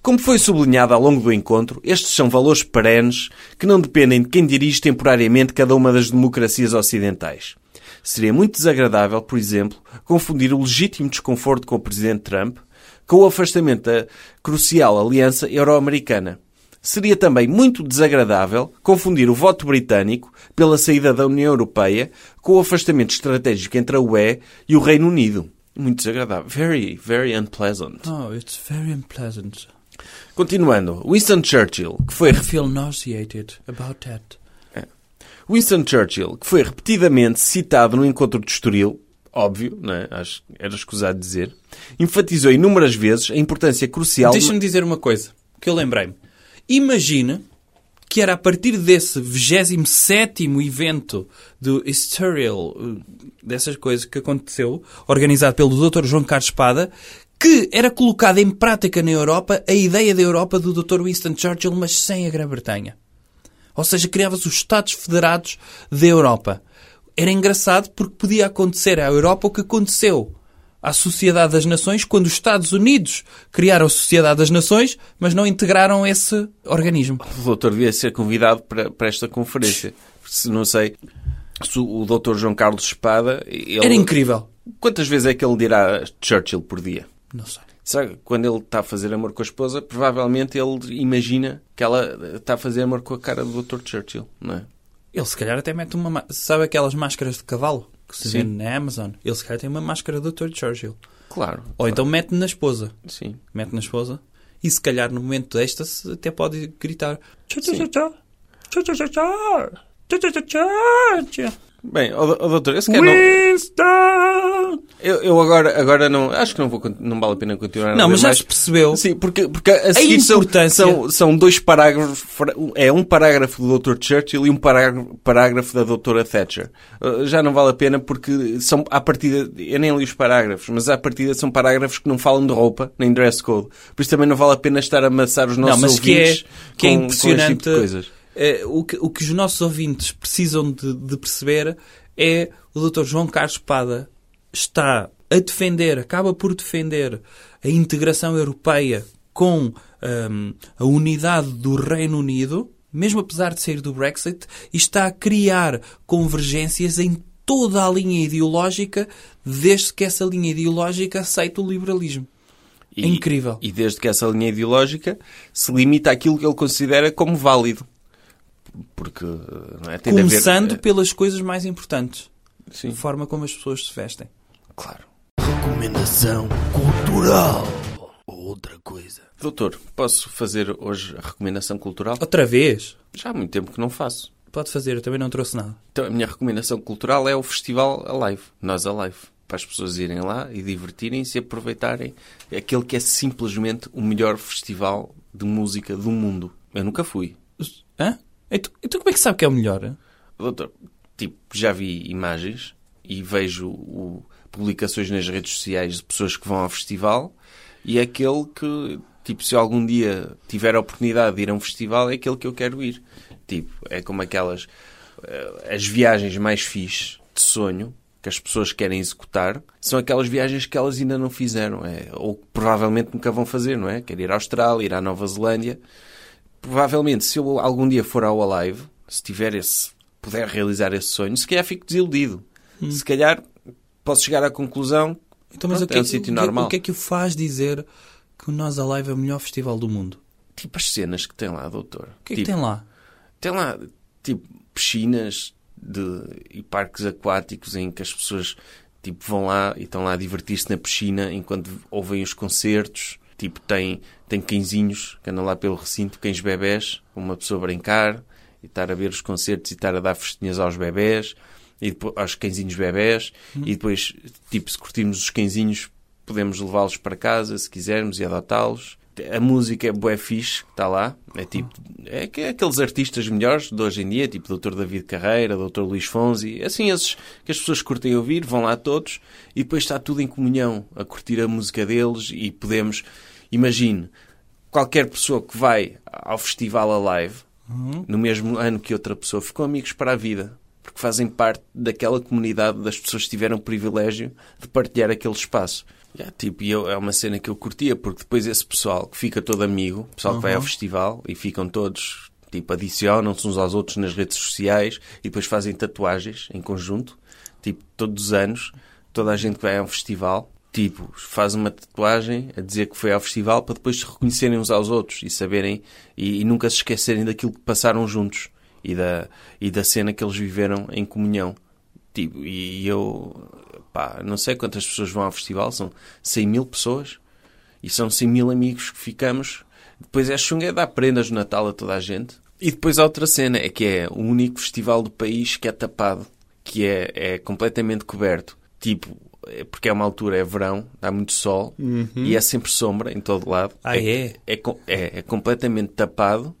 S2: Como foi sublinhado ao longo do encontro, estes são valores perenes que não dependem de quem dirige temporariamente cada uma das democracias ocidentais. Seria muito desagradável, por exemplo, confundir o legítimo desconforto com o Presidente Trump com o afastamento da crucial aliança euro-americana. Seria também muito desagradável confundir o voto britânico pela saída da União Europeia com o afastamento estratégico entre a UE e o Reino Unido. Muito desagradável. Very, very unpleasant.
S3: Oh, it's very unpleasant.
S2: Continuando, Winston Churchill, que foi É.
S3: I feel nauseated about that.
S2: Winston Churchill, que foi repetidamente citado no encontro de Estoril, óbvio, não é? Acho que era escusado dizer, enfatizou inúmeras vezes a importância crucial.
S3: Deixa-me dizer uma coisa que eu lembrei-me. Imagina que era a partir desse 27 evento do Estoril, uh, dessas coisas que aconteceu, organizado pelo Dr. João Carlos Espada, que era colocada em prática na Europa a ideia da Europa do Dr. Winston Churchill, mas sem a Grã-Bretanha. Ou seja, criava-se os Estados Federados da Europa. Era engraçado porque podia acontecer à Europa o que aconteceu à Sociedade das Nações quando os Estados Unidos criaram a Sociedade das Nações, mas não integraram esse organismo.
S2: O doutor devia ser convidado para, para esta conferência. Se não sei, se o o doutor João Carlos Espada... Ele...
S3: Era incrível.
S2: Quantas vezes é que ele dirá Churchill por dia?
S3: Não sei.
S2: Sabe, quando ele está a fazer amor com a esposa, provavelmente ele imagina que ela está a fazer amor com a cara do Dr. Churchill, não é?
S3: Ele se calhar até mete uma... ma- Sabe aquelas máscaras de cavalo que se vende na Amazon? Ele se calhar tem uma máscara do Dr. Churchill.
S2: Claro.
S3: Ou então mete na esposa.
S2: Sim.
S3: Mete na esposa. E se calhar no momento desta se até pode gritar...
S2: Bem, ó, ó, doutor, eu se calhar não...
S3: Winston!
S2: Eu, eu agora, agora não... Acho que não, vou, con- não vale a pena continuar. a
S3: Não,
S2: ver
S3: mas já
S2: mais.
S3: se percebeu.
S2: Sim, porque, porque a seguir são-
S3: importância.
S2: São, são dois parágrafos. fra- É um parágrafo do Dr. Churchill e um parágrafo, parágrafo da Dra. Thatcher. Uh, Já não vale a pena porque são, à partida, eu nem li os parágrafos, mas à partida são parágrafos que não falam de roupa nem dress code. Por isso também não vale a pena estar a amassar os nossos
S3: Não, mas que é,
S2: ouvintes
S3: que é
S2: com- com este tipo de
S3: impressionante.
S2: coisas.
S3: eh, o, que, o que os nossos ouvintes precisam de, de perceber é o Dr. João Carlos Espada está a defender, acaba por defender a integração europeia com ehm, a unidade do Reino Unido, mesmo apesar de sair do Brexit, e está a criar convergências em toda a linha ideológica, desde que essa linha ideológica aceite o liberalismo.
S2: E-
S3: É incrível.
S2: E desde que essa linha ideológica se limita àquilo que ele considera como válido. Porque não é, tem de haver-
S3: Começando
S2: eh,
S3: pelas coisas mais importantes.
S2: sim,
S3: A forma como as pessoas se vestem.
S2: claro.
S1: Recomendação cultural. Outra coisa.
S2: Doutor, posso fazer hoje a recomendação cultural?
S3: Outra vez?
S2: Já há muito tempo que não faço.
S3: Pode fazer, eu também não trouxe nada.
S2: Então, a minha recomendação cultural é o Festival Alive, Nós Alive, para as pessoas irem lá e divertirem-se e aproveitarem aquele que é simplesmente o melhor festival de música do mundo. Eu nunca fui.
S3: Hã? Então, então como é que sabe que é o melhor? hã?
S2: Doutor, tipo, já vi imagens e vejo o- publicações nas redes sociais de pessoas que vão ao festival e é aquele que, tipo, se algum dia tiver a oportunidade de ir a um festival, é aquele que eu quero ir. Tipo, é como aquelas eh, as viagens mais fixe de sonho que as pessoas querem executar são aquelas viagens que elas ainda não fizeram, é, ou que provavelmente nunca vão fazer, não é? Quer ir à Austrália, ir à Nova Zelândia, provavelmente, se eu algum dia for ao Alive, se tiver esse, puder realizar esse sonho, se calhar fico desiludido. Se calhar posso chegar à conclusão.
S3: Hum. Então, mas
S2: Pronto,
S3: o que,
S2: é um
S3: que-
S2: sítio
S3: o que-
S2: normal.
S3: o que é que o faz dizer que o Nós Alive é o melhor festival do mundo?
S2: Tipo as cenas que tem lá, doutor.
S3: O que é
S2: tipo,
S3: que tem lá?
S2: tem lá, tipo, piscinas de, e parques aquáticos em que as pessoas, tipo, vão lá e estão lá a divertir-se na piscina enquanto ouvem os concertos. Tipo, tem, tem cãezinhos que andam lá pelo recinto, cães bebés, uma pessoa brincar e estar a ver os concertos e estar a dar festinhas aos bebés e depois, aos cãezinhos bebés e depois, tipo, se curtirmos os cãezinhos podemos levá-los para casa se quisermos e adotá-los. A música é bué fixe, que está lá. É tipo, é que- é aqueles artistas melhores de hoje em dia, tipo Dr. David Carreira, Dr. Luís Fonsi, assim esses que as pessoas curtem ouvir, vão lá todos e depois está tudo em comunhão, a curtir a música deles e podemos, imagine, qualquer pessoa que vai ao festival Alive, no mesmo ano que outra pessoa, ficam amigos para a vida. Porque fazem parte daquela comunidade das pessoas que tiveram o privilégio de partilhar aquele espaço. Yeah, tipo, e eu, é uma cena que eu curtia, porque depois esse pessoal que fica todo amigo, o pessoal que vai ao festival e ficam todos, tipo, adicionam-se uns aos outros nas redes sociais e depois fazem tatuagens em conjunto, tipo, todos os anos, toda a gente que vai a um festival, tipo, faz uma tatuagem a dizer que foi ao festival para depois se reconhecerem uns aos outros e saberem e, e nunca se esquecerem daquilo que passaram juntos e da, e da cena que eles viveram em comunhão. Tipo, e eu, pá, não sei quantas pessoas vão ao festival, são 100 mil pessoas e são 100 mil amigos que ficamos. Depois é chunga, é dar prendas de Natal a toda a gente. E depois há outra cena, é que é o único festival do país que é tapado, que é, é completamente coberto. Tipo, é porque é uma altura, é verão, dá muito sol e é sempre sombra em todo lado.
S3: Uhum. Ah, é?
S2: É, co- é, é completamente tapado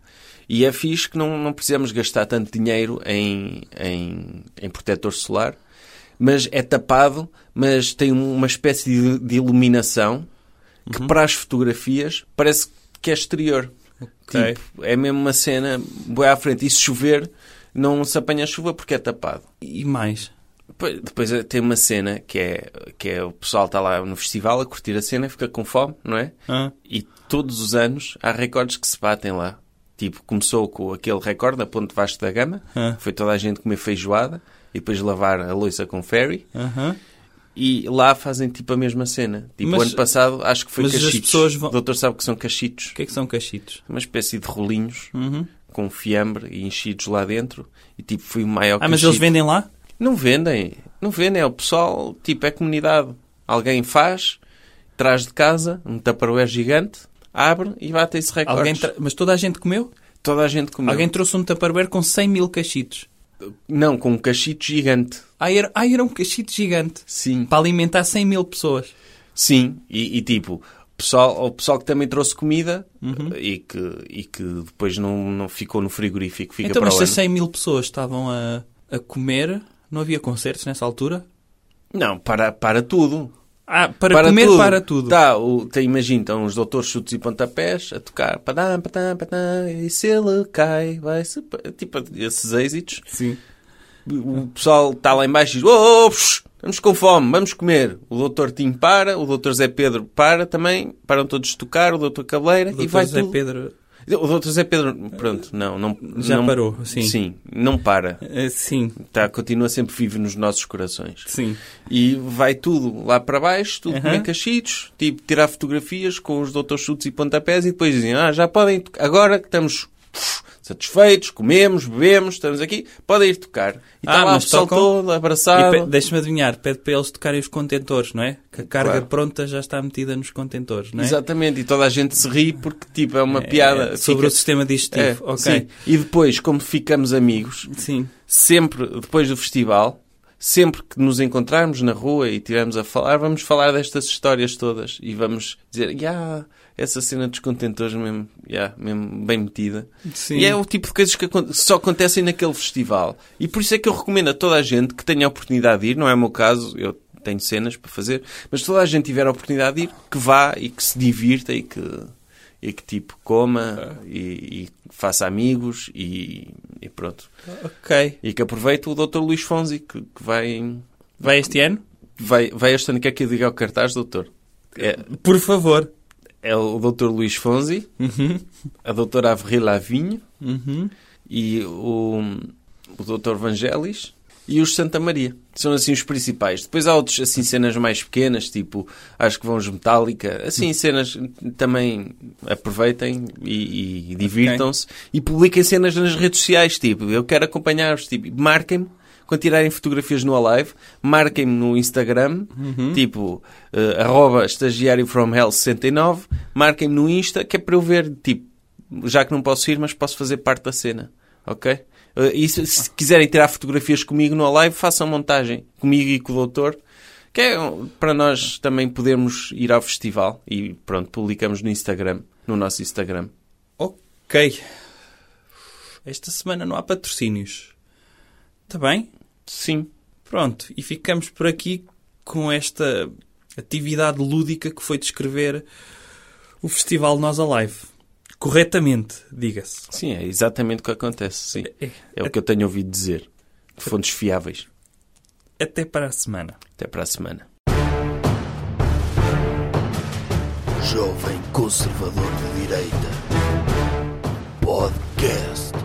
S2: e é fixe que não, não precisamos gastar tanto dinheiro em, em, em protetor solar, mas é tapado, mas tem um, uma espécie de, de iluminação que para as fotografias parece que é exterior.
S3: Ok.
S2: Tipo, é mesmo uma cena boa à frente. E se chover, não se apanha a chuva porque é tapado.
S3: E mais?
S2: Depois, depois eh, tem uma cena que é, que é o pessoal está lá no festival a curtir a cena, fica com fome, não é?
S3: Ah.
S2: E todos os anos há recordes que se batem lá. Tipo, começou com aquele recorde da Ponte Vasco da Gama,
S3: Ah.
S2: foi toda a gente comer feijoada e depois lavar a louça com ferry.
S3: Aham.
S2: E lá fazem tipo a mesma cena. Tipo,
S3: Mas-
S2: o ano passado acho que foi
S3: mas as
S2: cachitos.
S3: pessoas vão-
S2: O doutor sabe que são cachitos.
S3: O que é que são cachitos?
S2: Uma espécie de rolinhos
S3: Uhum.
S2: com fiambre e enchidos lá dentro. E tipo, foi o maior
S3: Ah, mas eles
S2: cachito.
S3: vendem lá?
S2: Não vendem. Não vendem. É o pessoal, tipo, é comunidade. Alguém faz, traz de casa, um taparoé gigante, abre e bate esse recorde.
S3: Alguém tra- Mas toda a gente comeu?
S2: Toda a gente comeu.
S3: Alguém trouxe um Tupperware com 100 mil cachitos.
S2: Não, com um cachito gigante.
S3: Ah era, ah, era um cachito gigante.
S2: Sim.
S3: Para alimentar 100 mil pessoas.
S2: Sim, e, e tipo, o pessoal, o pessoal que também trouxe comida
S3: Uhum.
S2: e, que, e que depois não, não ficou no frigorífico, fica
S3: então,
S2: para
S3: mas
S2: o
S3: se
S2: ano.
S3: as 100 mil pessoas estavam a, a comer, não havia concertos nessa altura?
S2: Não, para, para tudo.
S3: Ah, para, comer, para tudo.
S2: Tá, o, tá, imagina, estão os doutores chutes e pontapés a tocar. Padam, padam, padam, e se ele cai, vai-se... pa- Tipo, esses êxitos.
S3: Sim.
S2: O pessoal está lá em baixo e diz: oh, oh, psh, Estamos com fome, vamos comer. O doutor Tim para, o doutor Zé Pedro para também, param todos de tocar, o doutor Cabeleira
S3: O
S2: e vai
S3: Dr. Zé
S2: tudo.
S3: Pedro...
S2: O doutor Zé Pedro, pronto, não, não
S3: Já
S2: não-
S3: parou, sim.
S2: Sim, não para.
S3: eh, sim,
S2: Tá, continua sempre vivo nos nossos corações.
S3: sim.
S2: E vai tudo lá para baixo, tudo
S3: Aham.
S2: comer cachitos, tipo, tirar fotografias com os doutores chutes e pontapés e depois dizem, ah, já podem, to- agora que estamos puf, satisfeitos, comemos, bebemos, estamos aqui, podem ir tocar. E está
S3: Ah,
S2: lá o
S3: mas
S2: pessoal
S3: tocam?
S2: todo
S3: E
S2: abraçado.
S3: pe- é? Deixa-me adivinhar, pede para eles tocarem os contentores, não é? Que a carga
S2: Claro.
S3: pronta já está metida nos contentores, não é?
S2: Exatamente, e toda a gente se ri porque, tipo, é uma
S3: É,
S2: piada.
S3: sobre o
S2: Fica-
S3: sistema digestivo,
S2: É, sim.
S3: ok.
S2: E depois, como ficamos amigos,
S3: Sim.
S2: sempre depois do festival, sempre que nos encontrarmos na rua e estivermos a falar, vamos falar destas histórias todas e vamos dizer, "Ya, essa cena dos contentores mesmo, ya, mesmo bem metida.
S3: Sim.
S2: E é o tipo de coisas que acon- só acontecem naquele festival. E por isso é que eu recomendo a toda a gente que tenha a oportunidade de ir, não é o meu caso, eu tenho cenas para fazer, mas toda a gente tiver a oportunidade de ir, que vá e que se divirta e que, e que tipo coma e, e faça amigos e- e pronto.
S3: Ok.
S2: E que aproveite o Dr. Luís Fonzi, que, que vai,
S3: Vai este ano?
S2: vai, vai este ano. Quer que eu diga o cartaz, doutor? É,
S3: Por favor.
S2: é o Dr. Luís Fonzi,
S3: Uhum.
S2: a doutora Avril Lavigne
S3: Uhum.
S2: e o, o Dr. Vangelis e os Santa Maria. São assim os principais. Depois há outros, assim, cenas mais pequenas, tipo, acho que vão os Metallica.
S3: Uhum.
S2: Assim, cenas também aproveitem e, e divirtam-se. E publiquem cenas nas redes sociais, tipo, eu quero acompanhar-vos, tipo, marquem-me. Quando tirarem fotografias no Alive, marquem-me no Instagram, tipo, eh, arroba estagiário from hell 69, marquem-me no Insta, que é para eu ver, tipo, já que não posso ir, mas posso fazer parte da cena. Ok? Eh, E se, se quiserem tirar fotografias comigo no live, façam montagem comigo e com o doutor. Que é um, para nós também podermos ir ao festival e pronto, publicamos no Instagram, no nosso Instagram.
S3: Ok. Esta semana não há patrocínios. Está bem?
S2: Sim,
S3: Pronto. E ficamos por aqui com esta atividade lúdica que foi descrever o Festival Nós Alive. Corretamente, diga-se.
S2: sim, é exatamente o que acontece. Sim.
S3: É.
S2: É o que eu tenho ouvido dizer. De fontes fiáveis.
S3: Até para a semana.
S2: Até para a semana.
S1: Jovem Conservador de Direita. Podcast.